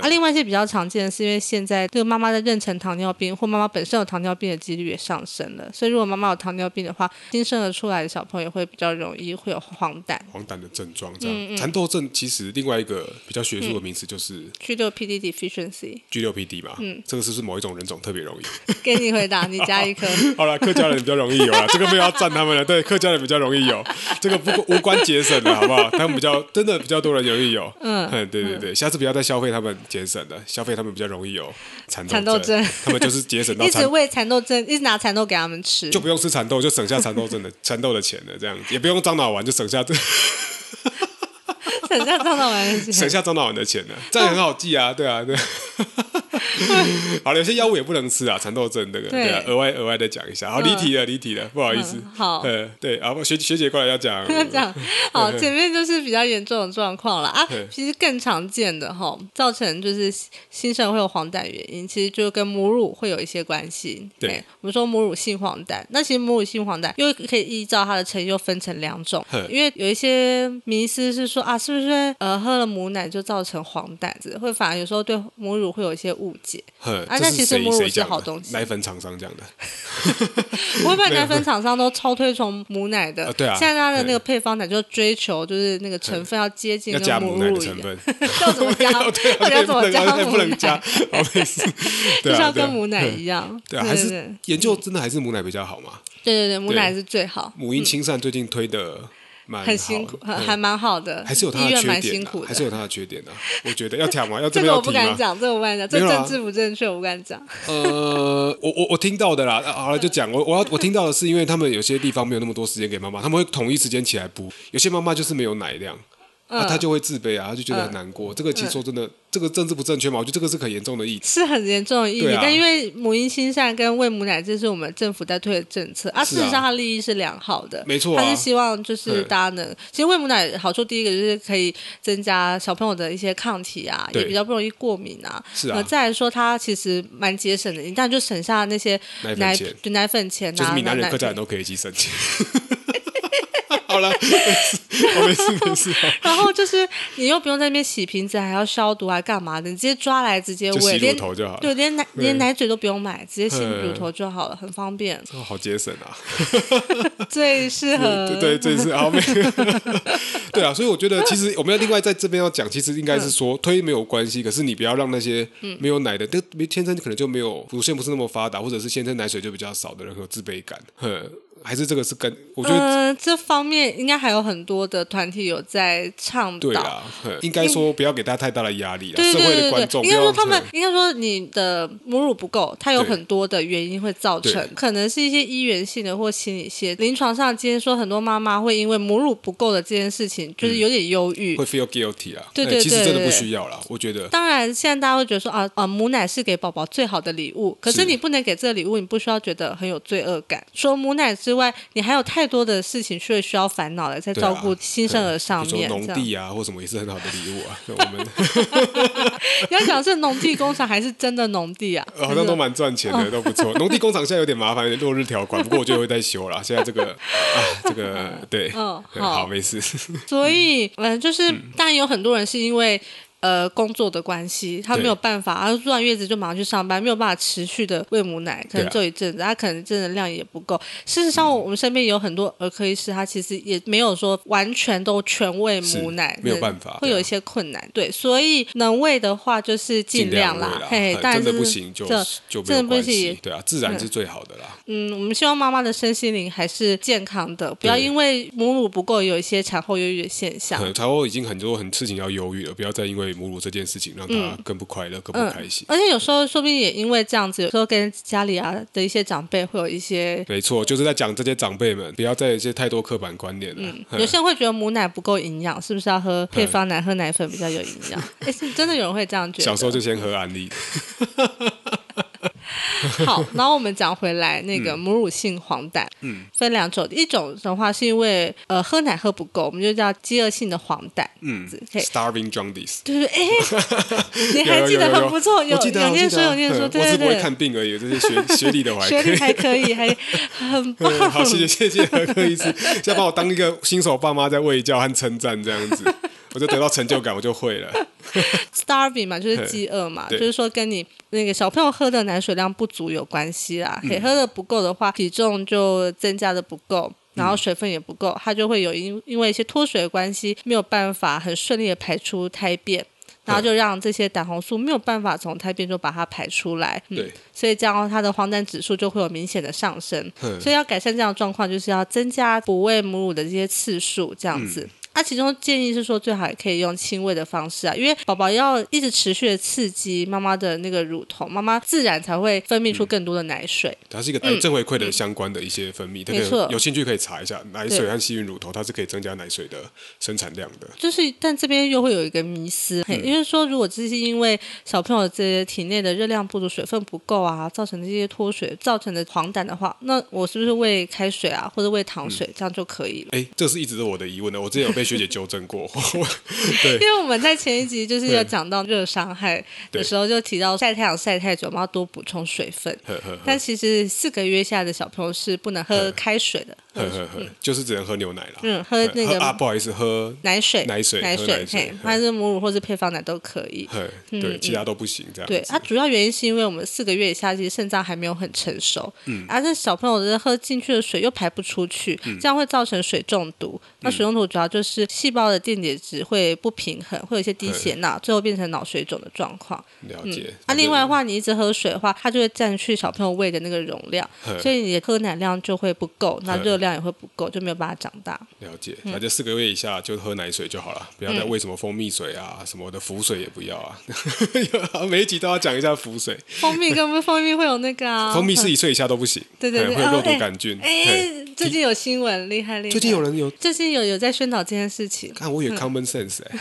Speaker 2: 啊，另外一些比较常见的是，因为现在这个妈妈在妊娠糖尿病或妈妈本身有糖尿病的几率也上升了，所以如果妈妈有糖尿病的话，新生儿出来的小朋友也会比较容易会有黄疸、
Speaker 1: 黄疸的症状这样。
Speaker 2: 嗯
Speaker 1: 蚕豆症其实另外一个比较学术的名词就是
Speaker 2: G 六 PD deficiency。
Speaker 1: G 六 PD 嘛，
Speaker 2: 嗯
Speaker 1: 这个是不是某一种人种特别容易？
Speaker 2: 给你回答，你 加一颗。
Speaker 1: 好了，客家人比较容易有 啦，这个没有要赞他们了。对，客家人比较容易有，这个不无关节省的好不 好？他们比较真的比较多人容易有，嗯，对对对，下次不要再消费他们节省了，消费他们比较容易有蚕
Speaker 2: 蚕
Speaker 1: 豆
Speaker 2: 豆症
Speaker 1: 他们就是节省到
Speaker 2: 一直
Speaker 1: 蚕，
Speaker 2: 喂蚕豆症，一直拿蚕豆给他们吃，
Speaker 1: 就不用吃蚕豆，就省下蚕豆症的 蚕豆的钱了，这样也不用樟脑丸，就省下这
Speaker 2: 省下蟑螂丸 的
Speaker 1: 省
Speaker 2: 钱。
Speaker 1: 下樟脑丸的
Speaker 2: 哦
Speaker 1: 钱了，这样也很好记啊，对啊，对。 好了，有些药物也不能吃啊，蚕豆症这个
Speaker 2: 对
Speaker 1: 对啊，额外额外再讲一下。好，离题了，离题了，不好意思
Speaker 2: 嗯。好
Speaker 1: 呃，对啊，不学学姐过来要 讲，
Speaker 2: 要这样，好，前面就是比较严重的状况了啊
Speaker 1: 嗯对。
Speaker 2: 其实更常见的哈，造成就是新生儿会有黄疸原因，其实就跟母乳会有一些关系。
Speaker 1: 对
Speaker 2: 哎我们说母乳性黄疸，那其实母乳性黄疸又可以依照它的成因又分成两种
Speaker 1: 哼，
Speaker 2: 因为有一些迷思是说啊，是不是呃喝了母奶就造成黄疸子，会反而有时候对母乳会有一些误解。
Speaker 1: 哼，
Speaker 2: 啊
Speaker 1: 嗯这
Speaker 2: 那
Speaker 1: 是
Speaker 2: 其实
Speaker 1: 谁
Speaker 2: 母乳
Speaker 1: 谁
Speaker 2: 是
Speaker 1: 讲
Speaker 2: 好
Speaker 1: 的
Speaker 2: 东西
Speaker 1: 奶粉厂商讲的，
Speaker 2: 我发现奶粉厂商都超推崇母奶的，
Speaker 1: 啊对啊
Speaker 2: 现在它的那个配方奶就追求就是那个成分要接近
Speaker 1: 要加
Speaker 2: 跟
Speaker 1: 母奶
Speaker 2: 乳
Speaker 1: 的
Speaker 2: 一
Speaker 1: 成
Speaker 2: 样，
Speaker 1: 分。
Speaker 2: 要怎么加？
Speaker 1: 哦 对 啊，
Speaker 2: 到底要怎么加
Speaker 1: 对
Speaker 2: 母
Speaker 1: 不能加，
Speaker 2: 奶？
Speaker 1: 好没事。
Speaker 2: 就
Speaker 1: 对
Speaker 2: 是
Speaker 1: 啊，
Speaker 2: 要
Speaker 1: 对啊
Speaker 2: 跟母奶一样，
Speaker 1: 对
Speaker 2: 对
Speaker 1: 啊，还
Speaker 2: 对
Speaker 1: 是
Speaker 2: 对
Speaker 1: 研究真的还是母奶比较好嘛？
Speaker 2: 对对，母奶
Speaker 1: 对
Speaker 2: 是最好，
Speaker 1: 母婴亲善最近推的蛮好的
Speaker 2: 嗯很辛苦，很
Speaker 1: 嗯
Speaker 2: 还蛮好的，
Speaker 1: 还是有它
Speaker 2: 医
Speaker 1: 的
Speaker 2: 院蛮
Speaker 1: 缺
Speaker 2: 辛
Speaker 1: 点啊
Speaker 2: 苦，
Speaker 1: 还是有
Speaker 2: 的。
Speaker 1: 它的缺点啊。我觉得要挑吗？要
Speaker 2: 这
Speaker 1: 边
Speaker 2: 个
Speaker 1: 要
Speaker 2: 我
Speaker 1: 提
Speaker 2: 不
Speaker 1: 吗
Speaker 2: 敢？讲，这个我不敢讲，这
Speaker 1: 没有啊
Speaker 2: 政治不正确，我不敢讲。
Speaker 1: 呃，我 我我听到的啦，啊好了就讲，我我要我听到的是，因为他们有些地方没有那么多时间给妈妈，他们会统一时间起来补，有些妈妈就是没有奶量。那、她就会自卑啊，她就觉得很难过。这个其实说真的，这个政治不正确嘛，我觉得这个是很严重的议题。
Speaker 2: 是很严重的议题，
Speaker 1: 对啊
Speaker 2: 但因为母婴亲善跟喂母奶，这是我们政府在推的政策啊。
Speaker 1: 是
Speaker 2: 事
Speaker 1: 啊
Speaker 2: 实上，它利益是良好的，
Speaker 1: 没错啊
Speaker 2: 它是希望就是
Speaker 1: 嗯
Speaker 2: 大家能，其实喂母奶好处第一个就是可以增加小朋友的一些抗体啊，
Speaker 1: 对
Speaker 2: 也比较不容易过敏啊。
Speaker 1: 是啊
Speaker 2: 呃再来说，它其实蛮节省的，你但就省下那些
Speaker 1: 奶粉
Speaker 2: 奶
Speaker 1: 钱
Speaker 2: 对奶粉钱啊，
Speaker 1: 就是闽南人、
Speaker 2: 奶粉
Speaker 1: 客家人都可以一起申请。 好了，没事， 我没事没事啊。
Speaker 2: 然后就是你又不用在那边洗瓶子，还要消毒，还啊干嘛的？你直接抓来直接
Speaker 1: 就洗
Speaker 2: 喂，
Speaker 1: 乳
Speaker 2: 连
Speaker 1: 头就好了
Speaker 2: 对，连奶
Speaker 1: 对
Speaker 2: 连奶嘴都不用买，直接吸
Speaker 1: 嗯
Speaker 2: 乳头就好了，很方便，
Speaker 1: 哦好节省啊！
Speaker 2: 最适合。
Speaker 1: 对对，这是好没。 对啊，所以我觉得其实我们要另外在这边要讲，其实应该是说推没有关系，可是你不要让那些
Speaker 2: 嗯
Speaker 1: 没有奶的，但没天生可能就没有乳腺不是那么发达，或者是先天奶水就比较少的人有自卑感。哼，还是这个是跟我觉得。
Speaker 2: 呃，这方面应该还有很多的团体有在倡
Speaker 1: 对
Speaker 2: 导。
Speaker 1: 啊，哼应该说不要给大家太大的压力啦。
Speaker 2: 对
Speaker 1: 社
Speaker 2: 对
Speaker 1: 会的
Speaker 2: 对
Speaker 1: 观
Speaker 2: 对
Speaker 1: 众
Speaker 2: 对，
Speaker 1: 不
Speaker 2: 应该
Speaker 1: 要
Speaker 2: 说他们
Speaker 1: 哼
Speaker 2: 应该说你的母乳不够，它有
Speaker 1: 对
Speaker 2: 很多的原因会造成
Speaker 1: 对，
Speaker 2: 可能是一些医源性的或心理性。临床上今天说很多妈妈会因为母乳不够的这件事情，
Speaker 1: 嗯
Speaker 2: 就是有点忧郁，
Speaker 1: 会 feel guilty 啊。
Speaker 2: 对
Speaker 1: 哎
Speaker 2: 对
Speaker 1: 其实
Speaker 2: 对
Speaker 1: 真的不
Speaker 2: 对
Speaker 1: 需要啦，我觉得。
Speaker 2: 当然，现在大家会觉得说啊啊，母奶是给宝宝最好的礼物。可
Speaker 1: 是
Speaker 2: 是你不能给这个礼物，你不需要觉得很有罪恶感。除了母奶之外，你还有太多的事情却需要烦恼了，在
Speaker 1: 对
Speaker 2: 照
Speaker 1: 啊
Speaker 2: 顾新生儿上
Speaker 1: 比如
Speaker 2: 面。
Speaker 1: 说农
Speaker 2: 这样，
Speaker 1: 地啊或什么也是很好的礼物啊。 那我们
Speaker 2: 你要讲是农地工厂还是真的哦农地 啊？
Speaker 1: 呃好像都蛮赚钱的，都不 错。农地工厂现在有点麻烦，落日条款，不过我觉得会再修啦。现在这个啊，这 个对，
Speaker 2: 嗯
Speaker 1: 嗯
Speaker 2: 好
Speaker 1: 好，没事。
Speaker 2: 所以，嗯，就是当然有很多人是因为。呃，工作的关系，他
Speaker 1: 对
Speaker 2: 没有办法，啊，坐完月子就马上去上班，没有办法持续的喂母奶，可
Speaker 1: 对啊嗯
Speaker 2: 能就一阵子，他、可能正能量也不够。事实上，我们身边有很多儿科医师，他其实也没有说完全都全喂母奶
Speaker 1: 是，没有
Speaker 2: 那
Speaker 1: 办法
Speaker 2: 会
Speaker 1: 对啊
Speaker 2: 有一些困难。对，所以能喂的话就是尽
Speaker 1: 量
Speaker 2: 啦
Speaker 1: 喂，啦，
Speaker 2: 嘿，
Speaker 1: 嗯
Speaker 2: 但
Speaker 1: 真
Speaker 2: 是
Speaker 1: 的不行就
Speaker 2: 这
Speaker 1: 就没
Speaker 2: 真
Speaker 1: 有
Speaker 2: 的不
Speaker 1: 关系
Speaker 2: 行。，
Speaker 1: 对啊，自然是最好的啦。
Speaker 2: 嗯，我们希望妈妈的身心灵还是健康的，不要
Speaker 1: 对
Speaker 2: 因为母乳不够有一些产后忧郁的现象。
Speaker 1: 嗯，产后已经很多很事情要忧郁了，不要再因为母乳这件事情让
Speaker 2: 嗯
Speaker 1: 她更不快乐、更不开心。
Speaker 2: 而且有时候说不定也因为这样子，有时候跟家里啊的一些长辈会有一些，
Speaker 1: 没错，就是在讲这些长辈们，不要再有一些太多刻板观念了。嗯
Speaker 2: 有些人会觉得母奶不够营养，是不是要喝配方奶、喝奶粉比较有营养？哎、是真的有人会这样觉得。
Speaker 1: 小时候就先喝安利，
Speaker 2: 好，然后我们讲回来，那
Speaker 1: 嗯
Speaker 2: 个母乳性黄疸，嗯，分两种，一种的话是因为呃喝奶喝不够，我们就叫饥饿性的黄疸，嗯，可以。
Speaker 1: starving jaundice。
Speaker 2: 就是 哎，你
Speaker 1: 有
Speaker 2: 还
Speaker 1: 有
Speaker 2: 记得
Speaker 1: 有
Speaker 2: 很
Speaker 1: 有
Speaker 2: 不错，有
Speaker 1: 我记得啊
Speaker 2: 有
Speaker 1: 我
Speaker 2: 念
Speaker 1: 记
Speaker 2: 书
Speaker 1: 得啊
Speaker 2: 有念书，
Speaker 1: 嗯
Speaker 2: 对
Speaker 1: 我是
Speaker 2: 对
Speaker 1: 不会
Speaker 2: 对，
Speaker 1: 看病而已，这些学 学历 的我还
Speaker 2: 学
Speaker 1: 可
Speaker 2: 历
Speaker 1: 以。
Speaker 2: 还可以，还很 棒。
Speaker 1: 嗯好，谢谢谢谢何科医师，现在把我当一个新手爸妈在喂教和称赞这样子，我就得到成就感，我就会了。
Speaker 2: starving 嘛，就是饥饿嘛，
Speaker 1: 对
Speaker 2: 就是说跟你那个小朋友喝的奶水量不足有关系啦。
Speaker 1: 嗯
Speaker 2: 给喝的不够的话，体重就增加的不够。
Speaker 1: 嗯
Speaker 2: 然后水分也不够，它就会有因因为一些脱水的关系，没有办法很顺利的排出胎便，然后就让这些胆红素没有办法从胎便中把它排出来。嗯
Speaker 1: 对，
Speaker 2: 所以这样它的黄疸指数就会有明显的上升。
Speaker 1: 嗯
Speaker 2: 所以要改善这样的状况，就是要增加哺喂母乳的这些次数，这样子。那、其中建议是说，最好也可以用亲喂的方式啊，因为宝宝要一直持续的刺激妈妈的那个乳头，妈妈自然才会分泌出更多的奶水。
Speaker 1: 它是一个呃正回馈的相关的一些分泌，大家
Speaker 2: 嗯没错
Speaker 1: 有有兴趣可以查一下奶
Speaker 2: 对
Speaker 1: 水和吸吮乳头，它是可以增加奶水的生产量的。
Speaker 2: 就是，但这边又会有一个迷思，嘿因为说如果这是因为小朋友这些体内的热量不足、水分不够啊，造成的这些脱水造成的黄疸的话，那我是不是喂开水啊，或者喂糖水、这样就可以了？
Speaker 1: 哎，这是一直是我的疑问呢，我之前有被学姐纠正 过，我对
Speaker 2: 因为我们在前一集就是有
Speaker 1: 对
Speaker 2: 讲到热伤害的时候，就提到晒太阳晒太久，我们要多补充水分。
Speaker 1: 呵呵呵
Speaker 2: 但其实四个月下的小朋友是不能喝开水的，
Speaker 1: 呵呵呵，就是只能喝牛奶啦。
Speaker 2: 嗯喝那个
Speaker 1: 啊，不好意思，喝
Speaker 2: 奶水、
Speaker 1: 奶水
Speaker 2: 奶
Speaker 1: 喝
Speaker 2: 水
Speaker 1: 奶，水
Speaker 2: 嘿
Speaker 1: 嗯，
Speaker 2: 还是母乳或是配方奶都可以。
Speaker 1: 呵对，其他都不行这样子。
Speaker 2: 嗯对，啊它主要原因是因为我们四个月以下，其实肾脏还没有很成熟，嗯，而、且小朋友的喝进去的水又排不出去，
Speaker 1: 嗯
Speaker 2: 这样会造成水中毒。那水中毒主要就是细胞的电解质会不平衡，会有一些低血钠，最后变成脑水肿的状况。
Speaker 1: 了
Speaker 2: 嗯
Speaker 1: 解。
Speaker 2: 啊，另外的话，你一直喝水的话，它就会占去小朋友胃的那个容量，
Speaker 1: 嗯
Speaker 2: 所以你的喝奶量就会不够，那
Speaker 1: 嗯
Speaker 2: 热量也会不够，就没有办法长大。
Speaker 1: 了解，
Speaker 2: 嗯
Speaker 1: 反正四个月以下就喝奶水就好了，不要再喂什么蜂蜜水啊、什么的浮水也不要啊。 每一集都要讲一下浮水，
Speaker 2: 蜂蜜跟不蜂蜜会有那个啊，
Speaker 1: 蜂蜜是一岁以下都不行，
Speaker 2: 对对对，
Speaker 1: 会有
Speaker 2: 哦
Speaker 1: 肉毒
Speaker 2: 哎
Speaker 1: 杆菌。
Speaker 2: 哎
Speaker 1: 嘿，
Speaker 2: 最近有新闻，厉害厉害。
Speaker 1: 最近有人有
Speaker 2: 最近有有在宣导这件事情，
Speaker 1: 看，我以为 common sense 哎，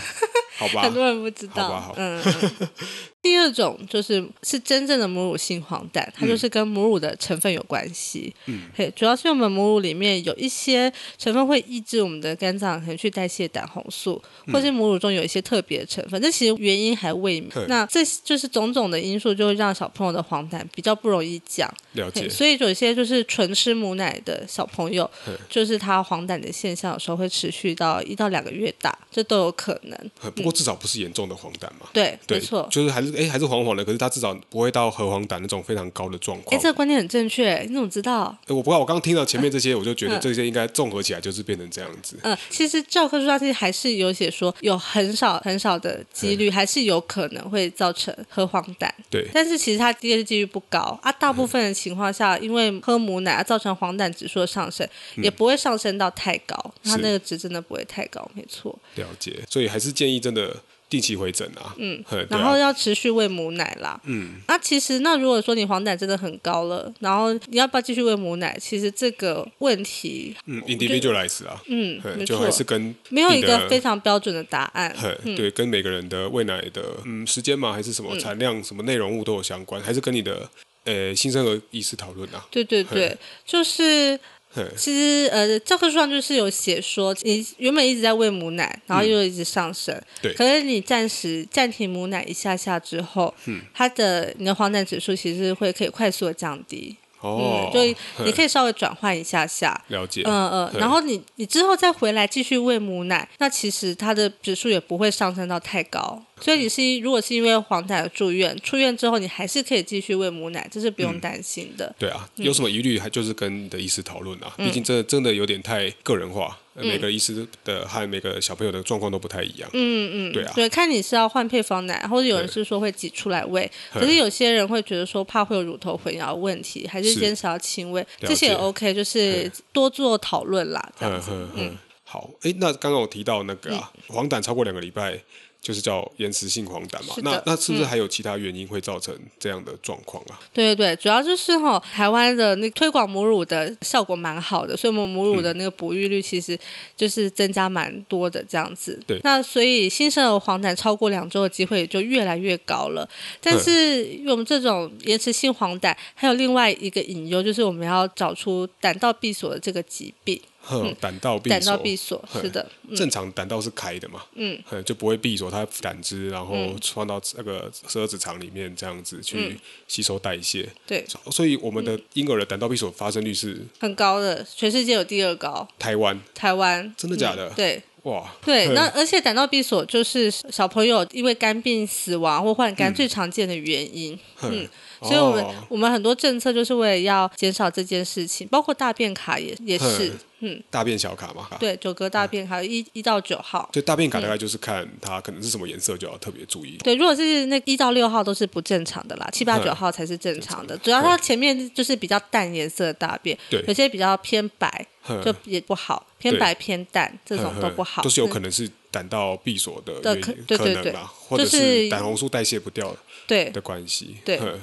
Speaker 1: 好吧，
Speaker 2: 嗯很多人不知道。
Speaker 1: 好吧好
Speaker 2: 嗯。嗯 第二种就是是真正的母乳性黄疸，它就是跟母乳的成分有关系。嗯，嘿，主要是我们母乳里面有一些成分会抑制我们的肝脏可能去代谢胆红素，
Speaker 1: 嗯
Speaker 2: 或是母乳中有一些特别的成分，这其实原因还未明
Speaker 1: 嘿。
Speaker 2: 那这就是种种的因素，就会让小朋友的黄疸比较不容易降。
Speaker 1: 了解
Speaker 2: 嘿，所以有一些就是纯吃母奶的小朋友，就是他黄疸的现象有时候会持续到一到两个月大，这都有可能。
Speaker 1: 呃不过至少不是严重的黄疸嘛。
Speaker 2: 对，
Speaker 1: 对，
Speaker 2: 嗯没错。
Speaker 1: 就是还是哎还是黄黄的，可是它至少不会到核黄疸那种非常高的状
Speaker 2: 哎，
Speaker 1: 况。
Speaker 2: 这个观念很正确，你怎么知道？
Speaker 1: 哎我不知道，我刚听到前面这 些，我就觉得这些应该综合起来就是变成这样子。
Speaker 2: 嗯，其实教科书上其实还是有写说，有很少很少的几率，还是有可能会造成喝黄疸。
Speaker 1: 嗯对嗯
Speaker 2: 但是其实它第二几率不高啊。大部分的情况下，因为喝母奶、啊、造成黄疸指数的上升，也不会上升到太高，
Speaker 1: 嗯
Speaker 2: 它
Speaker 1: 是
Speaker 2: 那个值真的不会太高，没错。
Speaker 1: 了解，所以还是建议真的定期回诊啊。嗯，对
Speaker 2: 然后
Speaker 1: 啊，
Speaker 2: 要持续喂母奶啦。嗯，那其实那如果说你黄疸真的很高了，然后你要不要继续喂母奶？其实这个问题
Speaker 1: 嗯，individualize 啊，
Speaker 2: 嗯
Speaker 1: 嘿
Speaker 2: 没
Speaker 1: 就
Speaker 2: 错
Speaker 1: 还是跟
Speaker 2: 没有
Speaker 1: 你
Speaker 2: 一个
Speaker 1: 的
Speaker 2: 非常嗯标准的答案。
Speaker 1: 嘿对，跟每个人的喂奶的嗯时间嘛，还是什么产量、什么内容物都有相关，还是跟你的呃新生儿医师讨论啊。
Speaker 2: 对对对，就是
Speaker 1: 嘿
Speaker 2: 其实呃，教科书上就是有写说，你原本一直在喂母奶，然后又一直上升，
Speaker 1: 嗯对
Speaker 2: 可是你暂时暂停母奶一下下之后，
Speaker 1: 嗯
Speaker 2: 它的你的黄疸指数其实会可以快速的降低，
Speaker 1: 哦，
Speaker 2: 所以你可
Speaker 1: 以
Speaker 2: 以稍微转换一下下，
Speaker 1: 了解，
Speaker 2: 嗯嗯，
Speaker 1: 嘿
Speaker 2: 然后你你之后再回来继续喂母奶，那其实它的指数也不会上升到太高。所以你是因如果是因为黄疸而住院，出院之后你还是可以继续喂母奶，这是
Speaker 1: 嗯
Speaker 2: 不用担心的。
Speaker 1: 对啊，有什么疑虑还就是跟你的医师讨论
Speaker 2: 嗯
Speaker 1: 啊，毕竟真的真的有点太个人化，呃每个医师的和每个小朋友的状况都不太一样。嗯嗯，对啊，
Speaker 2: 对，看你是要换配方奶，或者有人是说会挤出来喂，可是有些人会觉得说怕会有乳头混淆问题，还是
Speaker 1: 是
Speaker 2: 坚持要亲喂，
Speaker 1: 解
Speaker 2: 这些也 OK，就是
Speaker 1: 嘿
Speaker 2: 多做讨论啦，这样
Speaker 1: 嗯
Speaker 2: 子。嗯
Speaker 1: 嗯嗯，好，诶，那刚刚我提到那个啊，黄疸超过两个礼拜就是叫延迟性黄疸嘛
Speaker 2: 是，的嗯
Speaker 1: 那那是不是还有其他原因会造成这样的状况啊？
Speaker 2: 对对对，主要就是哈、台湾的那个推广母乳的效果蛮好的，所以我们母乳的
Speaker 1: 嗯
Speaker 2: 那个哺育率其实就是增加蛮多的这样子。
Speaker 1: 对
Speaker 2: 那所以新生儿黄疸超过两周的机会也就越来越高了。
Speaker 1: 嗯
Speaker 2: 但是因为我们这种延迟性黄疸，还有另外一个隐忧就是我们要找出胆道闭锁的这个疾病。
Speaker 1: 哼，胆道闭锁，
Speaker 2: 嗯胆道闭锁，
Speaker 1: 嘿
Speaker 2: 是的，嗯
Speaker 1: 正常胆道是开的嘛，嗯，就不会闭锁它胆汁，然
Speaker 2: 嗯
Speaker 1: 后穿到那个十二指肠里面这样子去吸收代谢。
Speaker 2: 对，
Speaker 1: 所以我们
Speaker 2: 嗯
Speaker 1: 的婴儿的胆道闭锁发生率是
Speaker 2: 很高的，全世界有第二高，
Speaker 1: 台湾，
Speaker 2: 台湾嗯
Speaker 1: 真的假的
Speaker 2: 对，
Speaker 1: 哇，
Speaker 2: 对，
Speaker 1: 嗯
Speaker 2: 那而且胆道闭锁就是小朋友因为肝病死亡或患肝最常见的原因。嗯，所以我们、
Speaker 1: 嗯哦
Speaker 2: 我们很多政策就是为了要减少这件事情，包括大便卡也也是
Speaker 1: 嗯，
Speaker 2: 嗯，
Speaker 1: 大便小卡嘛，
Speaker 2: 对，九格大便卡一一到九号。
Speaker 1: 所以大便卡大概就是看它可能是什么颜色，就要特别注意。
Speaker 2: 对，如果是那一到六号都是不正常的啦，七八
Speaker 1: 嗯
Speaker 2: 九号才是正常
Speaker 1: 正常的
Speaker 2: 的。主要它前面就是比较淡颜色的大便，
Speaker 1: 对
Speaker 2: 有些比较偏白
Speaker 1: 嗯，
Speaker 2: 就也不好，偏
Speaker 1: 对
Speaker 2: 白偏淡这种都不好，
Speaker 1: 都是有
Speaker 2: 嗯
Speaker 1: 可能是胆道闭锁的
Speaker 2: 的
Speaker 1: 原
Speaker 2: 可
Speaker 1: 因，
Speaker 2: 对
Speaker 1: 可
Speaker 2: 对
Speaker 1: 能
Speaker 2: 对
Speaker 1: 啦，或者
Speaker 2: 就是是
Speaker 1: 胆红素代谢不掉
Speaker 2: 对
Speaker 1: 的关系。
Speaker 2: 对
Speaker 1: 嗯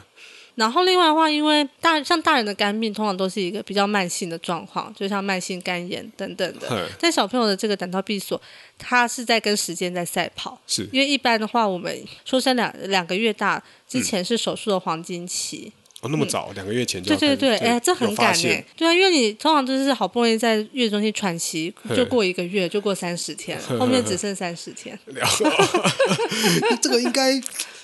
Speaker 2: 然后另外的话，因为大像大人的肝病通常都是一个比较慢性的状况，就像慢性肝炎等等
Speaker 1: 嘿
Speaker 2: 的。但小朋友的这个胆道闭锁，它是在跟时间在赛跑，
Speaker 1: 是
Speaker 2: 因为一般的话，我们出生两两个月大之前是手术的黄金期。
Speaker 1: 哦，那么早，两个月前就
Speaker 2: 对
Speaker 1: 要
Speaker 2: 嗯对对，
Speaker 1: 开始
Speaker 2: 哎、这很
Speaker 1: 有发
Speaker 2: 赶哎、
Speaker 1: 现
Speaker 2: 对啊，因为你通常就是好不容易在月子中心喘息
Speaker 1: 嘿，
Speaker 2: 就过一个月，就过三十天了，后面只剩三 十天。
Speaker 1: 了，这个应该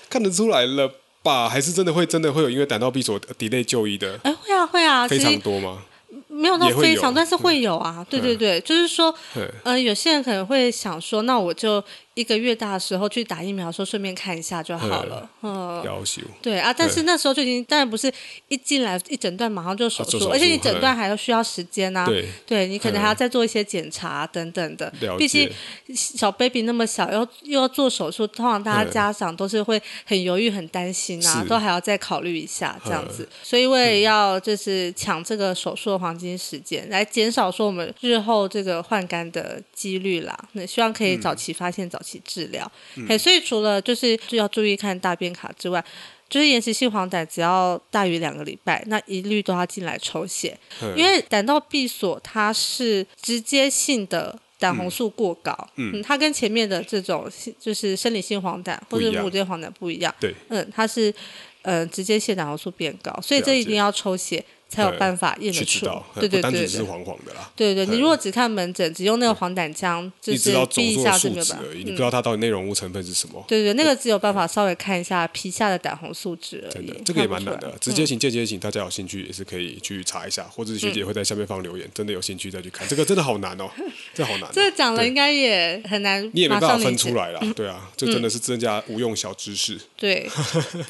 Speaker 1: 看得出来了吧？还是真的会真的会有因为胆道闭锁呃 delay 就医的
Speaker 2: 哎、会啊会啊，
Speaker 1: 非
Speaker 2: 其
Speaker 1: 常
Speaker 2: 实
Speaker 1: 多吗？
Speaker 2: 没有到
Speaker 1: 也会
Speaker 2: 非
Speaker 1: 有
Speaker 2: 常，但是会有啊。对对对，就是说，
Speaker 1: 嗯
Speaker 2: 嗯，有些人可能会想说，那我就一个月大的时候去打疫苗的时候，顺便看一下就好了。嗯，
Speaker 1: 要求
Speaker 2: 对啊，但是那时候就已经，当然不是一进来一诊断马上就手
Speaker 1: 啊做手术
Speaker 2: 术，而且你诊断还要需要时间啊。
Speaker 1: 对
Speaker 2: 你可能还要再做一些检查等等的
Speaker 1: 了。
Speaker 2: 毕
Speaker 1: 解
Speaker 2: 竟小 baby 那么小，要又要做手术，通常大家家长都是会很犹豫、很担心啊
Speaker 1: 是，
Speaker 2: 都还要再考虑一下这样子。所以为了要就是抢这个手术的黄金时间，来减少说我们日后这个患肝的几率啦。那希望可以早期发现、早期治疗。哎，所以除了就是就要注意看大便卡之外。就是延迟性黄疸，只要大于两个礼拜，那一律都要进来抽血，因为胆道闭锁它是直接性的胆红素过高，嗯它跟前面的这种性就是生理性黄疸
Speaker 1: 不
Speaker 2: 或
Speaker 1: 一样
Speaker 2: 者母间黄疸不一样，
Speaker 1: 对
Speaker 2: 嗯，它是呃直接性胆红素变高，所以
Speaker 1: 了解
Speaker 2: 这一定要抽血才有办法验
Speaker 1: 去
Speaker 2: 得
Speaker 1: 知
Speaker 2: 出
Speaker 1: 道，，嗯
Speaker 2: 对
Speaker 1: 不
Speaker 2: 对
Speaker 1: 单
Speaker 2: 对
Speaker 1: 只是
Speaker 2: 对。
Speaker 1: 黄黄的啦。
Speaker 2: 对对，你如果只看门诊，只用那个黄疸浆，就
Speaker 1: 你
Speaker 2: 是
Speaker 1: 知道总
Speaker 2: 避一
Speaker 1: 数的
Speaker 2: 下
Speaker 1: 数
Speaker 2: 是没有
Speaker 1: 值
Speaker 2: 办法。嗯
Speaker 1: 而已，你不知道它到底内容物成分是什么。
Speaker 2: 对对，那个只有办法稍微看一下皮下的胆红素值而
Speaker 1: 真
Speaker 2: 已
Speaker 1: 的，，这个也
Speaker 2: 看
Speaker 1: 蛮
Speaker 2: 不
Speaker 1: 难
Speaker 2: 出来嗯
Speaker 1: 的。直接型、间接型，大家有兴趣也是可以去查一下，或者是学姐会在下面放留言，真的有兴趣再去看。这个真的好难哦，这好难哦。
Speaker 2: 这讲了
Speaker 1: 对
Speaker 2: 应该也很难，
Speaker 1: 你也没
Speaker 2: 马
Speaker 1: 办法
Speaker 2: 上
Speaker 1: 分
Speaker 2: 理解嗯
Speaker 1: 出。来啦。对啊，这真的是增加无用小知识。
Speaker 2: 对，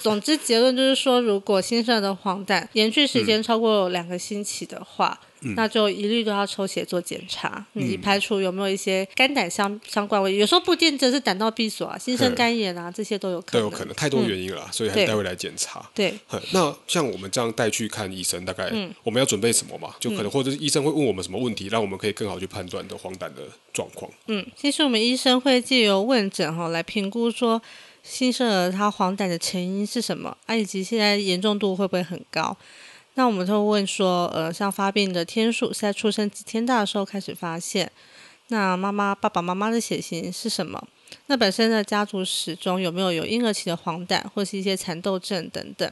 Speaker 2: 总之结论就是说，如果新生儿的黄疸延续时
Speaker 1: 嗯
Speaker 2: 间超过两个星期的话，那就一律都要抽血做检查，
Speaker 1: 嗯
Speaker 2: 以排除有没有一些肝胆相相关问题。有时候不一定真是胆道闭锁啊，新生
Speaker 1: 嗯
Speaker 2: 肝炎啊，这些都有
Speaker 1: 都
Speaker 2: 可能。
Speaker 1: 有可能，太多原因了啦，所以还是
Speaker 2: 嗯对
Speaker 1: 带回来检查。
Speaker 2: 对嗯
Speaker 1: 哼，那像我们这样带去看医生，大概我们要准备什么嘛？就可能或者是医生会问我们什么问题，让我们可以更好去判断的黄疸的状况。
Speaker 2: 嗯，其实我们医生会借由问诊哈、来评估说新生儿他黄疸的成因是什么，啊，以及现在严重度会不会很高。那我们就会问说，呃，像发病的天数是在出生几天大的时候开始发现，那妈妈爸爸妈妈的血型是什么？那本身的家族史中有没有有婴儿期的黄疸或是一些蚕豆症等等？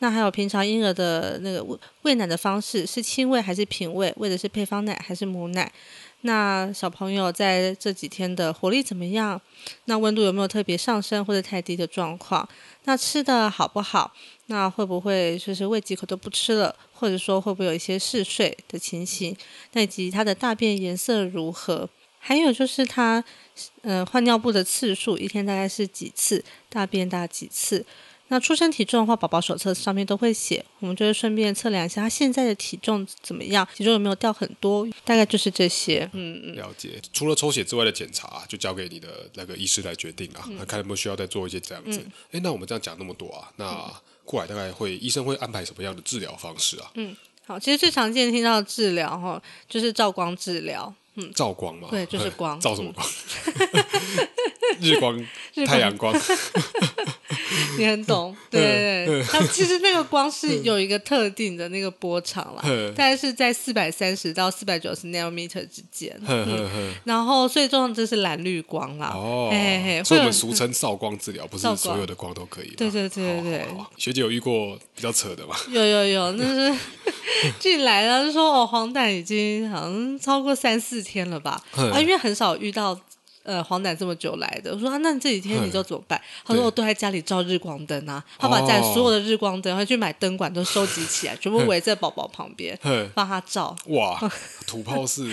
Speaker 2: 那还有平常婴儿的那个喂喂奶的方式是亲喂还是平喂？喂的是配方奶还是母奶？那小朋友在这几天的活力怎么样？那温度有没有特别上升或者太低的状况？那吃的好不好？那会不会就是喂几口都不吃了，或者说会不会有一些嗜睡的情形？那以及他的大便颜色如何？还有就是他，呃，换尿布的次数，一天大概是几次？大便大几次？那出生体重的话，宝宝手册上面都会写，我们就会顺便测量一下他现在的体重怎么样，体重有没有掉很多？大概就是这些，嗯。
Speaker 1: 了解。除了抽血之外的检查、就交给你的那个医师来决定啊，
Speaker 2: 嗯
Speaker 1: 看有没有需要再做一些这样子。哎、那我们这样讲那么多啊，
Speaker 2: 嗯
Speaker 1: 那过来大概会医生会安排什么样的治疗方式啊？
Speaker 2: 嗯好，其实最常见听到的治疗哈，就是照光治疗，
Speaker 1: 照光嘛，
Speaker 2: 对就是光嗯
Speaker 1: 照什么光？ 日光、
Speaker 2: 日光
Speaker 1: 太阳光，
Speaker 2: 你很
Speaker 1: 嗯
Speaker 2: 懂，对对对。那其实那个光是有一个特定的那个波长啦
Speaker 1: 嗯，
Speaker 2: 大概是在四百三十到四百九十 nanometer 之间。嗯
Speaker 1: 呵呵呵
Speaker 2: 然后最重要的就是蓝绿光啦，
Speaker 1: 嗯哦，
Speaker 2: 嘿嘿嘿，
Speaker 1: 所以我
Speaker 2: 会有
Speaker 1: 们俗称少光治疗， 不是
Speaker 2: 照光
Speaker 1: 所有的光都可以吧。
Speaker 2: 对对对对对
Speaker 1: 好好好学姐有遇过比较扯的 吗？
Speaker 2: 有有有，就是 进来了就说哦，黄疸已经好像超过三四天了吧？
Speaker 1: 嗯
Speaker 2: 啊，因为很少遇到呃黄疸这么久来的。我说啊，那你这几天你就怎么办？他说
Speaker 1: 对
Speaker 2: 我都在家里照日光灯啊，他把家里所有的日光灯，他去买灯管都收
Speaker 1: 哦
Speaker 2: 集起来，全部围在宝宝旁边
Speaker 1: 嗯，
Speaker 2: 帮他照。
Speaker 1: 哇，土炮式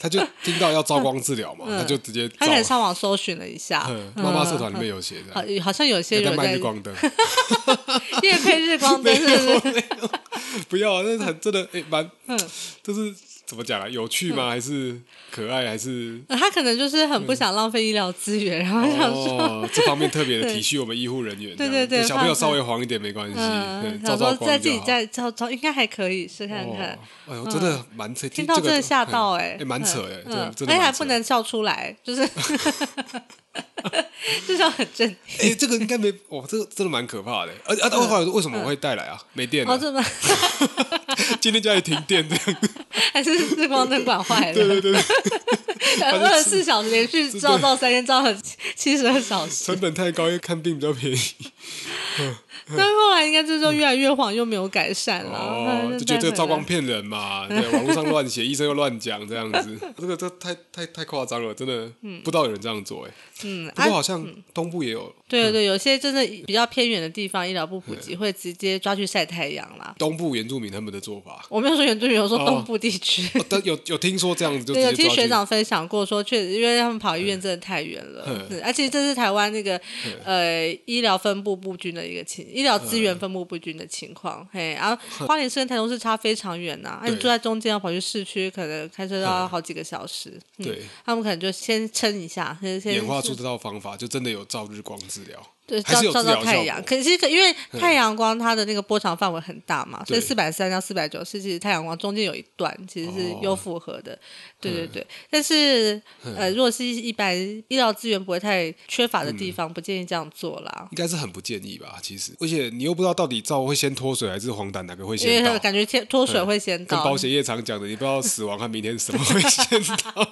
Speaker 1: 他就听到要照光治疗嘛，他就直接
Speaker 2: 嗯他可能
Speaker 1: 照
Speaker 2: 上网搜寻了一下
Speaker 1: 了。，嗯，妈妈社团里面有写
Speaker 2: 嗯好
Speaker 1: 的，，
Speaker 2: 好像有些
Speaker 1: 有
Speaker 2: 人
Speaker 1: 在卖
Speaker 2: 在
Speaker 1: 日光 灯，
Speaker 2: 夜配日光灯，是不是？
Speaker 1: 不要啊，那是很真 的，哎，蛮，
Speaker 2: 嗯
Speaker 1: 就是怎么讲啊，有趣吗？还是可爱？还是
Speaker 2: 呃他可能就是很不想浪费医疗资源，然后想说，
Speaker 1: 哦，这方面特 别的体恤我们医护人员这
Speaker 2: 对
Speaker 1: 样，
Speaker 2: 对对
Speaker 1: 小朋友
Speaker 2: 怕
Speaker 1: 稍微黄一点没关系，对
Speaker 2: 嗯，
Speaker 1: 照
Speaker 2: 想
Speaker 1: 照
Speaker 2: 说
Speaker 1: 光
Speaker 2: 在自
Speaker 1: 就
Speaker 2: 己
Speaker 1: 好。
Speaker 2: 在照照，应该还可以试看看
Speaker 1: 哦。，哎呦，真的蛮扯，
Speaker 2: 嗯听到
Speaker 1: 这个
Speaker 2: 真的吓到哎、
Speaker 1: 哎，蛮扯哎，真的
Speaker 2: 嗯，
Speaker 1: 真的
Speaker 2: 而且还
Speaker 1: 蛮扯
Speaker 2: 不能笑出来，就是就是要很 镇定。
Speaker 1: 哎、这个应该没，哇，这个真的蛮可怕的。而且啊，到后来为什么我会带来啊？没电了，
Speaker 2: 嗯哦，这么
Speaker 1: 今天家里停电这样。
Speaker 2: 还是日光灯管坏了？对
Speaker 1: 对对对，正
Speaker 2: 二十四小时连续照照三天，照了七十二小时。
Speaker 1: 成本太高，因为看病比较便宜。
Speaker 2: 但后来应该就是说越来越晃，又没有改善了。
Speaker 1: 哦，
Speaker 2: 嗯
Speaker 1: 就觉得这个照光。
Speaker 2: 再回来
Speaker 1: 骗人 嘛，对，网络上乱写，医生又乱讲这样子，这个这太太太夸张了，真的，不知道有人这样做哎。
Speaker 2: 嗯，
Speaker 1: 不过
Speaker 2: 啊
Speaker 1: 好嗯像东部也有，
Speaker 2: 对对对，有些真的比较偏远的地方，医疗不普及，会直接抓去晒太阳啦。
Speaker 1: 东部原住民他们的做法，
Speaker 2: 我没有说原住民，我说
Speaker 1: 哦
Speaker 2: 东部地区。
Speaker 1: 哦但有有听说这样子就直
Speaker 2: 对，有
Speaker 1: 接
Speaker 2: 听
Speaker 1: 抓
Speaker 2: 学
Speaker 1: 去。
Speaker 2: 长分享过说，确实因为他们跑医院真的太远了，嗯而且这是台湾那个
Speaker 1: 嗯
Speaker 2: 呃医疗分布不均的一个情，医疗资
Speaker 1: 嗯
Speaker 2: 源分布不均的情况。嘿，然后花莲市跟台中市差非常远呐、啊，你
Speaker 1: 对
Speaker 2: 住在中间要跑去市区，可能开车要好几个小时。嗯
Speaker 1: 对，
Speaker 2: 他们可能就先撑一下，先先
Speaker 1: 演化出这套方法，就真的有照日光治疗，
Speaker 2: 对，
Speaker 1: 还
Speaker 2: 照
Speaker 1: 是有治
Speaker 2: 照
Speaker 1: 疗
Speaker 2: 到
Speaker 1: 效
Speaker 2: 太
Speaker 1: 果嗯
Speaker 2: 阳，可是可因为太阳光它的那个波长范围很大嘛，所以四
Speaker 1: 对
Speaker 2: 百三到四百九是其实太阳光中间有一段其实是
Speaker 1: 哦嗯
Speaker 2: 有符合的，对对对。但是呃，如果是一般医疗资源不会太缺乏的
Speaker 1: 嗯
Speaker 2: 地方，不建议这样做啦，
Speaker 1: 应该是很不建议吧？其实，而且你又不知道到底照会先脱水还是黄疸哪个会
Speaker 2: 因
Speaker 1: 先
Speaker 2: 为
Speaker 1: 到。
Speaker 2: 感觉天脱水会先
Speaker 1: 跟
Speaker 2: 到
Speaker 1: 保。险业常讲的，你不知道死亡和明天什么会先到。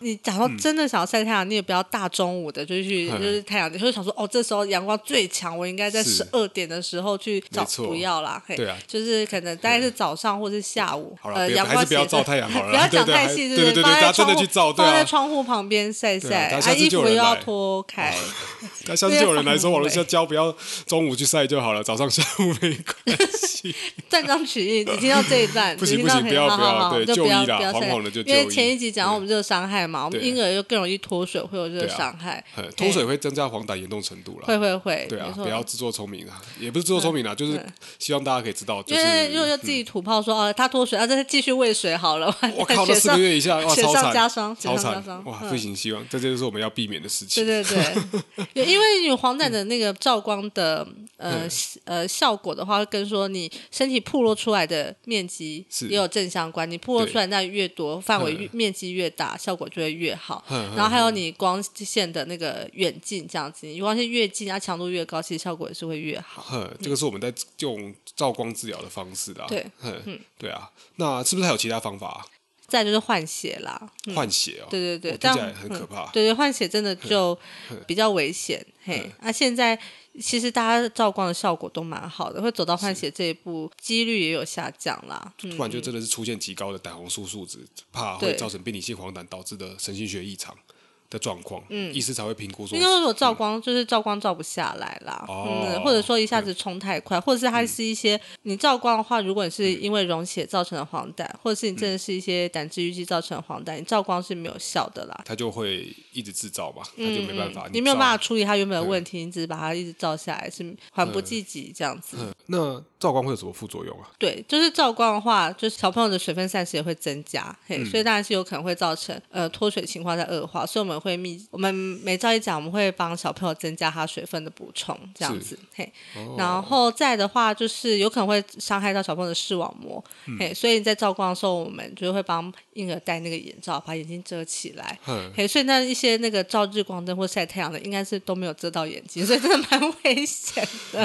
Speaker 2: 你假
Speaker 1: 嗯
Speaker 2: 如真的想要晒太阳，你也不要大中午的就去，就是太阳，就是想说哦，这时候阳光最强，我应该在
Speaker 1: 是
Speaker 2: 十二点的时候去找
Speaker 1: 没，错
Speaker 2: 不要啦，嘿
Speaker 1: 对啊
Speaker 2: 就是可能大概是早上或是下午，
Speaker 1: 好啦
Speaker 2: 呃，
Speaker 1: 不要
Speaker 2: 阳
Speaker 1: 还
Speaker 2: 光
Speaker 1: 是不要
Speaker 2: 斜
Speaker 1: 照
Speaker 2: 着
Speaker 1: 太阳好了
Speaker 2: 不要
Speaker 1: 啦对
Speaker 2: 讲
Speaker 1: 对
Speaker 2: 太
Speaker 1: 还
Speaker 2: 细，
Speaker 1: 对
Speaker 2: 不
Speaker 1: 对对对
Speaker 2: 放
Speaker 1: 大
Speaker 2: 在
Speaker 1: 家真的
Speaker 2: 窗户
Speaker 1: 去照对
Speaker 2: 放在
Speaker 1: 啊
Speaker 2: 窗户旁边晒
Speaker 1: 啊
Speaker 2: 晒，
Speaker 1: 大家
Speaker 2: 啊，
Speaker 1: 下次
Speaker 2: 衣
Speaker 1: 就有
Speaker 2: 服又
Speaker 1: 人
Speaker 2: 要
Speaker 1: 来
Speaker 2: 脱 开，
Speaker 1: 那下次就有人来
Speaker 2: 啊
Speaker 1: 说，网络上教不要中午去晒就好了，早上下午没关 系。
Speaker 2: 断章取义，只听到这一段，
Speaker 1: 不
Speaker 2: 只
Speaker 1: 行
Speaker 2: 听到
Speaker 1: 不行
Speaker 2: 这一
Speaker 1: 不要
Speaker 2: 段
Speaker 1: 不要
Speaker 2: 好好好
Speaker 1: 对
Speaker 2: 就
Speaker 1: 就
Speaker 2: 不要
Speaker 1: 医啦
Speaker 2: 不要晒
Speaker 1: 黄黄的就
Speaker 2: 因为
Speaker 1: 就医
Speaker 2: 前一集讲到我们热伤害嘛，我们
Speaker 1: 对
Speaker 2: 婴儿又更容易脱水，会有热伤害
Speaker 1: 呃，
Speaker 2: 嘿
Speaker 1: 脱水会增加黄疸严重程度啦。
Speaker 2: 会会会，
Speaker 1: 对啊
Speaker 2: 没，错
Speaker 1: 不要自作聪明啊，也不是自作聪明啦，就是希望大家可以知道，就
Speaker 2: 因为如果
Speaker 1: 是嗯
Speaker 2: 要自己吐泡说哦，他脱水啊，再继续喂水好了。
Speaker 1: 我靠，那
Speaker 2: 雪
Speaker 1: 四
Speaker 2: 上
Speaker 1: 个月以下哇，
Speaker 2: 雪
Speaker 1: 超
Speaker 2: 上
Speaker 1: 惨，
Speaker 2: 加霜，雪
Speaker 1: 超
Speaker 2: 上加
Speaker 1: 惨
Speaker 2: 霜，
Speaker 1: 哇，
Speaker 2: 嗯
Speaker 1: 不行，希望这就是我们要避免的事情。
Speaker 2: 对对对， 也因为有黄疸的那个照光的呃
Speaker 1: 嗯
Speaker 2: 呃效果的话，跟说你身体曝露出来的面积
Speaker 1: 是
Speaker 2: 也有正相关。你曝露
Speaker 1: 对
Speaker 2: 出来那越多，范围
Speaker 1: 嗯
Speaker 2: 越面积越大，效果就会越好
Speaker 1: 嗯。
Speaker 2: 然后还有你光线的那个远近这样子，你光线越近，它啊强度越高，其实效果也是会越好。
Speaker 1: 呵，这个是我们在用照光治疗的方式的、啊。
Speaker 2: 对，
Speaker 1: 嗯，对啊。那是不是还有其他方法啊、
Speaker 2: 再就是换血啦，嗯
Speaker 1: 换血哦？
Speaker 2: 对对对
Speaker 1: 哇，
Speaker 2: 但嗯
Speaker 1: 听起来很可怕。嗯
Speaker 2: 对对，换血真的就比较危险。嘿，那、现在其实大家照光的效果都蛮好的，会走到换血这一步，几率也有下降啦。嗯，
Speaker 1: 突然就真的是出现极高的胆红素数值，怕会
Speaker 2: 对
Speaker 1: 造成病理性黄疸导致的神经学异常的状况，嗯，医师才会评估说嗯
Speaker 2: 应该说我照光、就是照光照不下来啦，
Speaker 1: 哦嗯
Speaker 2: 嗯，或者说一下子冲太快，或者是它是一些、你照光的话，如果你是因为溶血造成的黄疸，或者是你真的
Speaker 1: 嗯
Speaker 2: 是一些胆汁淤积造成的黄疸，你照光是没有效的啦。嗯
Speaker 1: 他就会一直制造嘛，他就没办法，
Speaker 2: 你没有
Speaker 1: 照
Speaker 2: 办法。处理它原本的问题，你只是把它一直照下来，是缓不济急这样子。
Speaker 1: 嗯那照光会有什么副作用啊？
Speaker 2: 对，就是照光的话，就是小朋友的水分散失也会增加，嘿，所以当然是有可能会造成呃脱水情况在恶化，所以我们会密，我们每照一讲，我们会帮小朋友增加他水分的补充，这样子，嘿，然后再的话就是有可能会伤害到小朋友的视网膜，嘿，所以你在照光的时候，我们就会帮婴儿戴那个眼罩，把眼睛遮起来，
Speaker 1: 嗯
Speaker 2: 嘿，所以那一些那个照日光灯或晒太阳的，应该是都没有遮到眼睛，所以真的蛮危险的。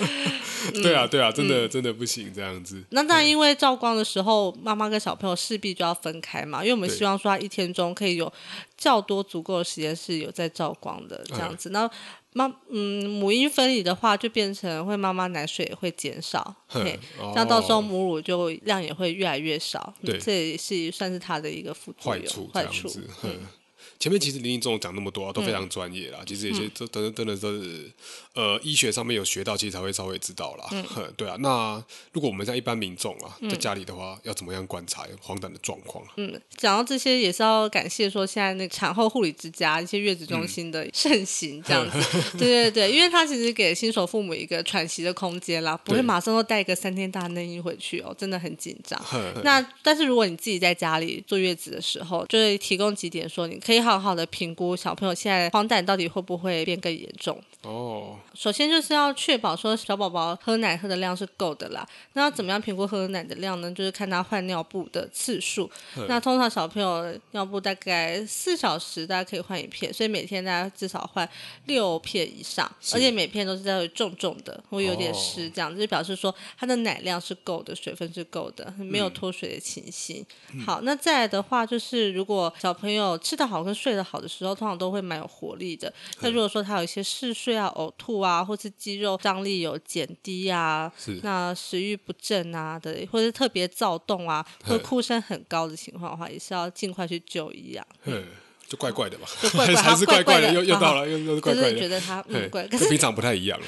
Speaker 2: 嗯
Speaker 1: 对啊，对啊，真的、真的不行这样子。
Speaker 2: 那当然，因为照光的时候，妈妈跟小朋友势必就要分开嘛，因为我们
Speaker 1: 对
Speaker 2: 希望说他一天中可以有较多足够的时间是有在照光的
Speaker 1: 哎
Speaker 2: 这样子。那妈，嗯，母婴分离的话，就变成会妈妈奶水也会减少，
Speaker 1: 哼
Speaker 2: 嘿
Speaker 1: 哦
Speaker 2: 这样到时候母乳就量也会越来越少。嗯
Speaker 1: 对
Speaker 2: 这也是算是它的一个副作
Speaker 1: 坏
Speaker 2: 用
Speaker 1: 处，这
Speaker 2: 坏
Speaker 1: 样
Speaker 2: 处。嗯
Speaker 1: 子。哼前面其实林林总总讲那么多、啊，都非常专业啦。其实有
Speaker 2: 嗯
Speaker 1: 些真真的真的是呃医学上面有学到，其实才会稍微知道 啦。嗯，对啊。那如果我们像一般民众啊，在家里的话，要怎么样观察黄疸的状况啊？
Speaker 2: 嗯，讲到这些也是要感谢说现在那个产后护理之家一些月子中心的盛行这样子，对对对，因为它其实给新手父母一个喘息的空间啦，不会
Speaker 1: 对
Speaker 2: 马上都带一个三天大内衣回去哦，真的很紧张。
Speaker 1: 哼
Speaker 2: 那但是如果你自己在家里坐月子的时候，就会提供几点说，你可以好好的评估小朋友现在黄疸到底会不会变更严重。
Speaker 1: 哦，
Speaker 2: 首先就是要确保说小宝宝喝奶喝的量是够的啦。那要怎么样评估喝奶的量呢？就是看他换尿布的次数。那通常小朋友尿布大概四小时，大家可以换一片，所以每天大家至少换六片以上，而且每片都是稍微重重的，会有点
Speaker 1: 哦
Speaker 2: 湿，这样、就表示说它的奶量是够的，水分是够的，没有脱水的情形。好，那再来的话就是，如果小朋友吃得好跟睡得好的时候，通常都会蛮有活力的。那如果说他有一些嗜睡啊、呕吐啊，或是肌肉张力有减低啊
Speaker 1: 是，
Speaker 2: 那食欲不振啊的，或是特别躁动啊，或
Speaker 1: 嗯
Speaker 2: 哭声很高的情况的话，也是要尽快去就医啊。
Speaker 1: 哼，就怪怪的吧，
Speaker 2: 怪 怪
Speaker 1: 还是
Speaker 2: 怪
Speaker 1: 怪
Speaker 2: 怪的
Speaker 1: 又又
Speaker 2: 好
Speaker 1: 到
Speaker 2: 好
Speaker 1: 了，又又是怪
Speaker 2: 就
Speaker 1: 怪
Speaker 2: 是觉
Speaker 1: 的。
Speaker 2: 得他
Speaker 1: 嘿
Speaker 2: 嗯怪，啊可
Speaker 1: 跟
Speaker 2: 是
Speaker 1: 平常不太一样了。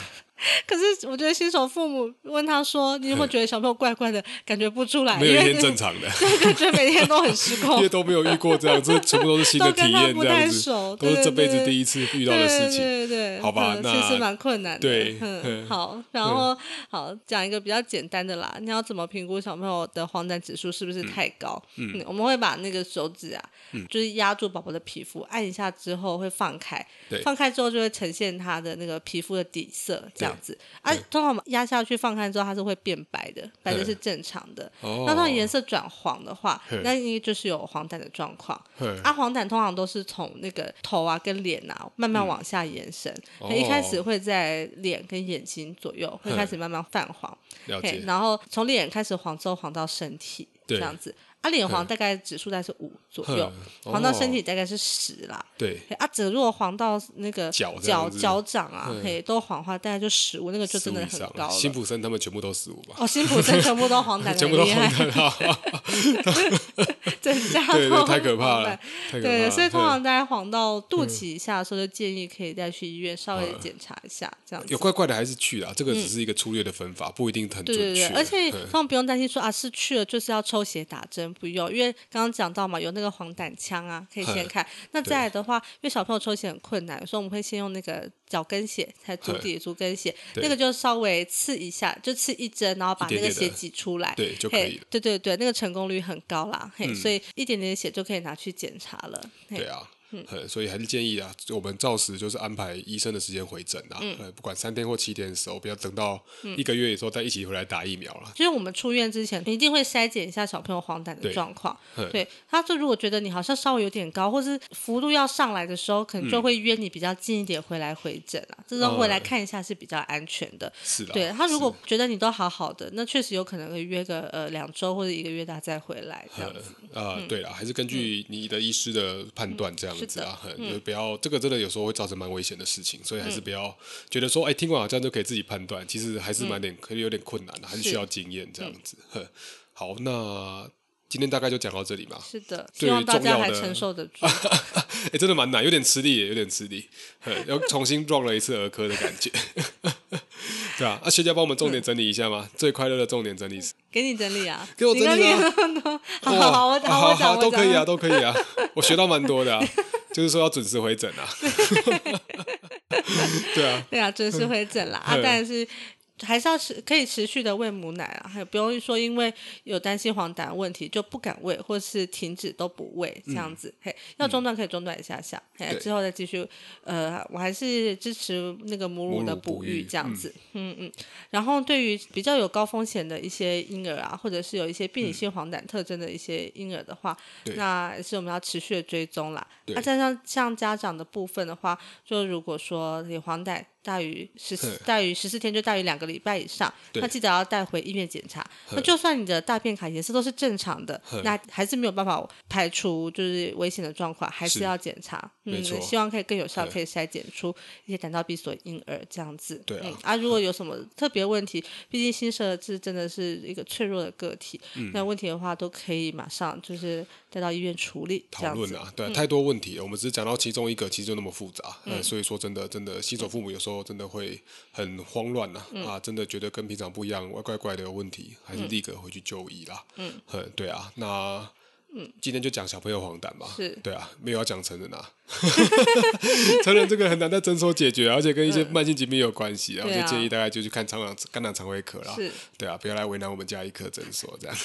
Speaker 2: 可是我觉得新手父母问他说，你有没有觉得小朋友怪怪的，感觉不出来，
Speaker 1: 没有一
Speaker 2: 因为
Speaker 1: 天正常的，
Speaker 2: 感觉每天都很失控
Speaker 1: 因为。都没有遇过这样，这全部都是新的
Speaker 2: 都跟
Speaker 1: 体
Speaker 2: 他
Speaker 1: 验，
Speaker 2: 不
Speaker 1: 这样
Speaker 2: 太
Speaker 1: 子
Speaker 2: 熟，
Speaker 1: 都是
Speaker 2: 对
Speaker 1: 这辈子
Speaker 2: 对
Speaker 1: 第一次遇到的事情。
Speaker 2: 对对对对，
Speaker 1: 好吧
Speaker 2: 嗯
Speaker 1: 那
Speaker 2: 其实蛮困难的。
Speaker 1: 对
Speaker 2: 嗯，
Speaker 1: 嗯
Speaker 2: 好，然后好讲一个比较简单的啦，你要怎么评估小朋友的黄疸指数是不是太高？嗯，我们会把那个手指啊，
Speaker 1: 嗯
Speaker 2: 就是压住宝宝的皮肤，按一下之后会放开
Speaker 1: 对，
Speaker 2: 放开之后就会呈现它的那个皮肤的底色这样
Speaker 1: 对
Speaker 2: 子。啊，通常我们压下去放开之后，它是会变白的，白的是正常的。
Speaker 1: 哦
Speaker 2: 那它颜色转黄的话
Speaker 1: 嘿，
Speaker 2: 那应该就是有黄疸的状况。
Speaker 1: 哼
Speaker 2: 啊，黄疸通常都是从那个头啊跟脸啊慢慢往下延伸，
Speaker 1: 嗯哦
Speaker 2: 可一开始会在脸跟眼睛左右会
Speaker 1: 嗯
Speaker 2: 开始慢慢泛黄，
Speaker 1: 了
Speaker 2: 嘿
Speaker 1: 解，
Speaker 2: 然后从脸开始黄之后黄到身体这
Speaker 1: 对
Speaker 2: 样子。啊，脸黄大概指数大概是五左右，
Speaker 1: 哼
Speaker 2: 黄到
Speaker 1: 哦
Speaker 2: 身体大概是十啦。
Speaker 1: 对，
Speaker 2: 嘿啊，整如果黄到那个
Speaker 1: 脚这
Speaker 2: 脚
Speaker 1: 样子
Speaker 2: 脚掌啊，
Speaker 1: 嗯
Speaker 2: 嘿，都黄的话，大概就十五，那个就
Speaker 1: 十
Speaker 2: 真
Speaker 1: 五
Speaker 2: 的
Speaker 1: 以
Speaker 2: 很
Speaker 1: 上了，
Speaker 2: 高了。
Speaker 1: 辛普森他们全部都十五吧，
Speaker 2: 哦，辛 普森全部都黄疸，
Speaker 1: 全部都
Speaker 2: 很厉
Speaker 1: 红
Speaker 2: 害
Speaker 1: 灯啊，
Speaker 2: 整家
Speaker 1: 对
Speaker 2: 都
Speaker 1: 对，太可怕
Speaker 2: 黄疸
Speaker 1: 了，太可怕
Speaker 2: 对，
Speaker 1: 了。
Speaker 2: 所以通
Speaker 1: 对嗯
Speaker 2: 常大概黄到肚脐以下的时候，就建议可以再去医院稍微检查一下，这样子
Speaker 1: 啊有。怪怪的还是去啦，这个只是一个粗略的分法，不一定很
Speaker 2: 嗯对
Speaker 1: 准
Speaker 2: 对
Speaker 1: 确。
Speaker 2: 对，而且
Speaker 1: 嗯
Speaker 2: 通常不用担心说啊，是去了就是要抽血打针，不用，因为刚刚讲到嘛，有那个黄疸腔啊，可以先看。那再来的话，因为小朋友抽血很困难，所以我们会先用那个脚跟血，才足底足跟血，
Speaker 1: 对
Speaker 2: 那个就稍微刺一下，就刺一针，然后把
Speaker 1: 一
Speaker 2: 那
Speaker 1: 点
Speaker 2: 个
Speaker 1: 点的
Speaker 2: 血挤出来，
Speaker 1: 对就可
Speaker 2: 嘿
Speaker 1: 以了嗯
Speaker 2: 对对对，那个成功率很高啦，嘿，所以一点点的血就可以拿去检查了。嘿
Speaker 1: 对啊。嗯，所以还是建议啊，我们照时就是安排医生的时间回诊啊，
Speaker 2: 嗯
Speaker 1: 呃，不管三天或七天的时候，不要等到一个月以后再一起回来打疫苗了。
Speaker 2: 就是我们出院之前一定会筛检一下小朋友黄疸的
Speaker 1: 对
Speaker 2: 状况。
Speaker 1: 嗯
Speaker 2: 对，他就如果觉得你好像稍微有点高，或是幅度要上来的时候，可能
Speaker 1: 嗯
Speaker 2: 就会约你比较近一点回来回诊啊，这种回来看一下是比较安全的。
Speaker 1: 哦是的，
Speaker 2: 对他如
Speaker 1: 是
Speaker 2: 果觉得你都好好的，那确实有可能会约个呃两周或者一个月，他再回来这样子。
Speaker 1: 啊、对了，还是根据你的医师的判断这样子啊，
Speaker 2: 嗯是的嗯
Speaker 1: 很就不要这个真的有时候会造成蛮危险的事情，所以还是不要觉得说，哎、听完好像就可以自己判断，其实还是蛮
Speaker 2: 嗯
Speaker 1: 点可以有点困难的，还是需要经验这样子。呵好，那今天大概就讲到这里嘛。
Speaker 2: 是的，
Speaker 1: 对
Speaker 2: 希
Speaker 1: 于
Speaker 2: 望大
Speaker 1: 重
Speaker 2: 家
Speaker 1: 要
Speaker 2: 还
Speaker 1: 的
Speaker 2: 承受得 住。
Speaker 1: 哎、真的蛮难，有点吃力耶，有点吃力， 呵要重新 run 了一次儿科的感觉。 对啊，那学姐帮我们重点整理一下吗？最快乐的重点整理是
Speaker 2: 给你整理啊，
Speaker 1: 给我整理
Speaker 2: 你
Speaker 1: 啊
Speaker 2: 跟你 好
Speaker 1: 哇
Speaker 2: 好好，我好
Speaker 1: 好
Speaker 2: 我讲我
Speaker 1: 都可以啊，
Speaker 2: 讲。
Speaker 1: 都可以啊，我学到蛮多的啊，就是说要准时回诊啊， 对啊，
Speaker 2: 对啊，准时回诊啦。啊，
Speaker 1: 嗯
Speaker 2: 但是还是要持可以持续的喂母奶啊，还有不用说因为有担心黄疸问题就不敢喂，或是停止都不喂这样子。嘿，要中断可以中断一下下，嘿，
Speaker 1: 嗯对
Speaker 2: 之后再继续。呃，我还是支持那个母乳
Speaker 1: 母
Speaker 2: 的
Speaker 1: 乳哺
Speaker 2: 哺育
Speaker 1: 育
Speaker 2: 这样
Speaker 1: 嗯
Speaker 2: 子。嗯嗯。然后对于比较有高风险的一些婴儿啊，或者是有一些病理性黄疸特征的一些婴儿的话，
Speaker 1: 对
Speaker 2: 那也是我们要持续的追踪啦。
Speaker 1: 对
Speaker 2: 那加上像家长的部分的话，就如果说有黄疸大于十四
Speaker 1: 嗯
Speaker 2: 大于十四天，就大于两个礼拜以上，
Speaker 1: 对
Speaker 2: 那记得要带回医院检查。那就算你的大便卡颜色都是正常的，
Speaker 1: 嗯
Speaker 2: 那还是没有办法排除就是危险的状况，还是
Speaker 1: 是
Speaker 2: 要检查。嗯
Speaker 1: 没，错
Speaker 2: 希望可以更有效，
Speaker 1: 嗯
Speaker 2: 可以筛检出一些胆道闭锁婴儿这样子。
Speaker 1: 对啊
Speaker 2: 嗯啊，如果有什么特别问题，毕
Speaker 1: 嗯
Speaker 2: 竟新生儿是真的是一个脆弱的个体，那问题的话都可以马上就是带到医院处理。这
Speaker 1: 讨
Speaker 2: 样
Speaker 1: 论
Speaker 2: 子嗯
Speaker 1: 啊，对啊，太多问题了。我们只是讲到其中一个，其实就那么复杂。嗯，所以说真的，真的新手父母有时候真的会很慌乱呐、啊，
Speaker 2: 嗯
Speaker 1: 真的觉得跟平常不一样，怪怪怪的有问题，还是立刻回去就医啦。嗯，对啊，那。嗯，今天就讲小朋友黄疸吧。
Speaker 2: 是
Speaker 1: 对啊，没有要讲成人啊。 成人这个很难在诊所解决，而且跟一些慢性疾病有关系啊。我
Speaker 2: 嗯对啊
Speaker 1: 就建议大家就去看肠肠肝胆肠胃科啦。
Speaker 2: 是
Speaker 1: 对啊，不要来为难我们家医科诊所这样。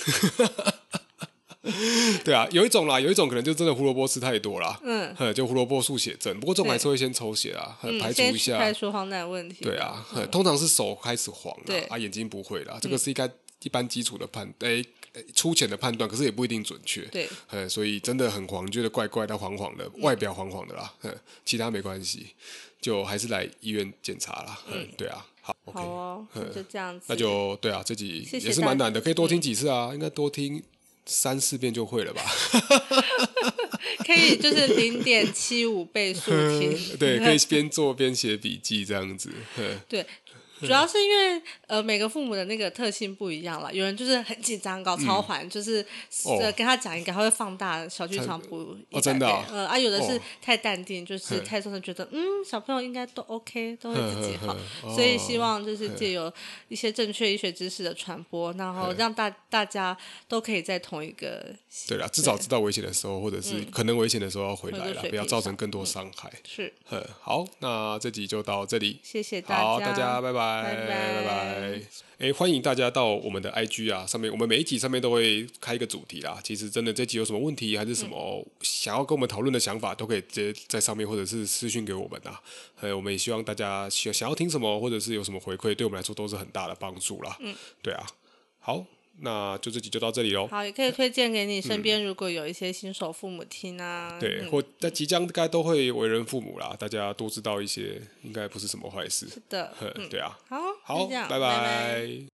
Speaker 1: 对啊，有一种啦，有一种可能就真的胡萝卜吃太多啦，
Speaker 2: 嗯
Speaker 1: 哼，就胡萝卜素血症。不过这种
Speaker 2: 对
Speaker 1: 还是会先抽血啊，哼
Speaker 2: 嗯，
Speaker 1: 排除
Speaker 2: 先
Speaker 1: 一下。
Speaker 2: 排除黄疸问题。
Speaker 1: 对，啊，哼通常是手开始黄
Speaker 2: 对嗯
Speaker 1: 了，啊，眼睛不会啦，这个是一该一般基础的判，诶、诶粗浅的判断，可是也不一定准确。
Speaker 2: 对嗯
Speaker 1: 嗯，所以真的很黄，觉得怪怪的，黄黄的，外表黄黄的啦，嗯，其他没关系，就还是来医院检查啦。嗯，对啊，好，OK，
Speaker 2: 好哦，那就这样子。
Speaker 1: 那就对啊，这集
Speaker 2: 谢谢嗯
Speaker 1: 也是蛮难的，可以多听几次啊，应该多听三四遍就会了吧？
Speaker 2: 可以就是零点七五倍速 听。
Speaker 1: 嗯 对，可以边做边写笔记这样子。嗯
Speaker 2: 对，主要是因为呃每个父母的那个特性不一样了，有人就是很紧张搞超缓，就是
Speaker 1: 嗯哦
Speaker 2: 呃跟他讲一个，他会放大小剧场补一百倍。
Speaker 1: 真的啊
Speaker 2: 呃啊，有的是
Speaker 1: 哦
Speaker 2: 太淡定，就是太重的觉得嗯小朋友应该都 OK，都会自己好
Speaker 1: 哼，哼
Speaker 2: 所以
Speaker 1: 哦
Speaker 2: 希望就是借由一些正确医学知识的传播，然后让大大家都可以在同一个
Speaker 1: 对啦，至少知道危险的时候，或者是可能危险的时候要回来
Speaker 2: 嗯或者
Speaker 1: 啦，
Speaker 2: 水
Speaker 1: 不要
Speaker 2: 平
Speaker 1: 造
Speaker 2: 上
Speaker 1: 成更多伤害。
Speaker 2: 是。
Speaker 1: 嗯，好，那这集就到这里，
Speaker 2: 谢谢大家，
Speaker 1: 好，大家拜拜，
Speaker 2: 拜
Speaker 1: 拜
Speaker 2: 拜
Speaker 1: 拜。哎，欢迎大家到我们的 IG 啊，上面我们每一集上面都会开一个主题啦。其实真的这集有什么问题，还是什
Speaker 2: 嗯
Speaker 1: 么想要跟我们讨论的想法，都可以直接在上面或者是私讯给我们啊。呃，我们也希望大家想想要听什么，或者是有什么回馈，对我们来说都是很大的帮助啦。嗯，对啊，好，那就这集就到这里喽。
Speaker 2: 好，也可以推荐给你身边如果有一些新手父母听啊。
Speaker 1: 嗯对，
Speaker 2: 嗯
Speaker 1: 或在即将应该都会为人父母啦，大家多知道一些，应该不是什么坏事。
Speaker 2: 的，
Speaker 1: 嗯，对啊，
Speaker 2: 好，
Speaker 1: 好，
Speaker 2: 就这样
Speaker 1: 拜
Speaker 2: 拜拜
Speaker 1: 拜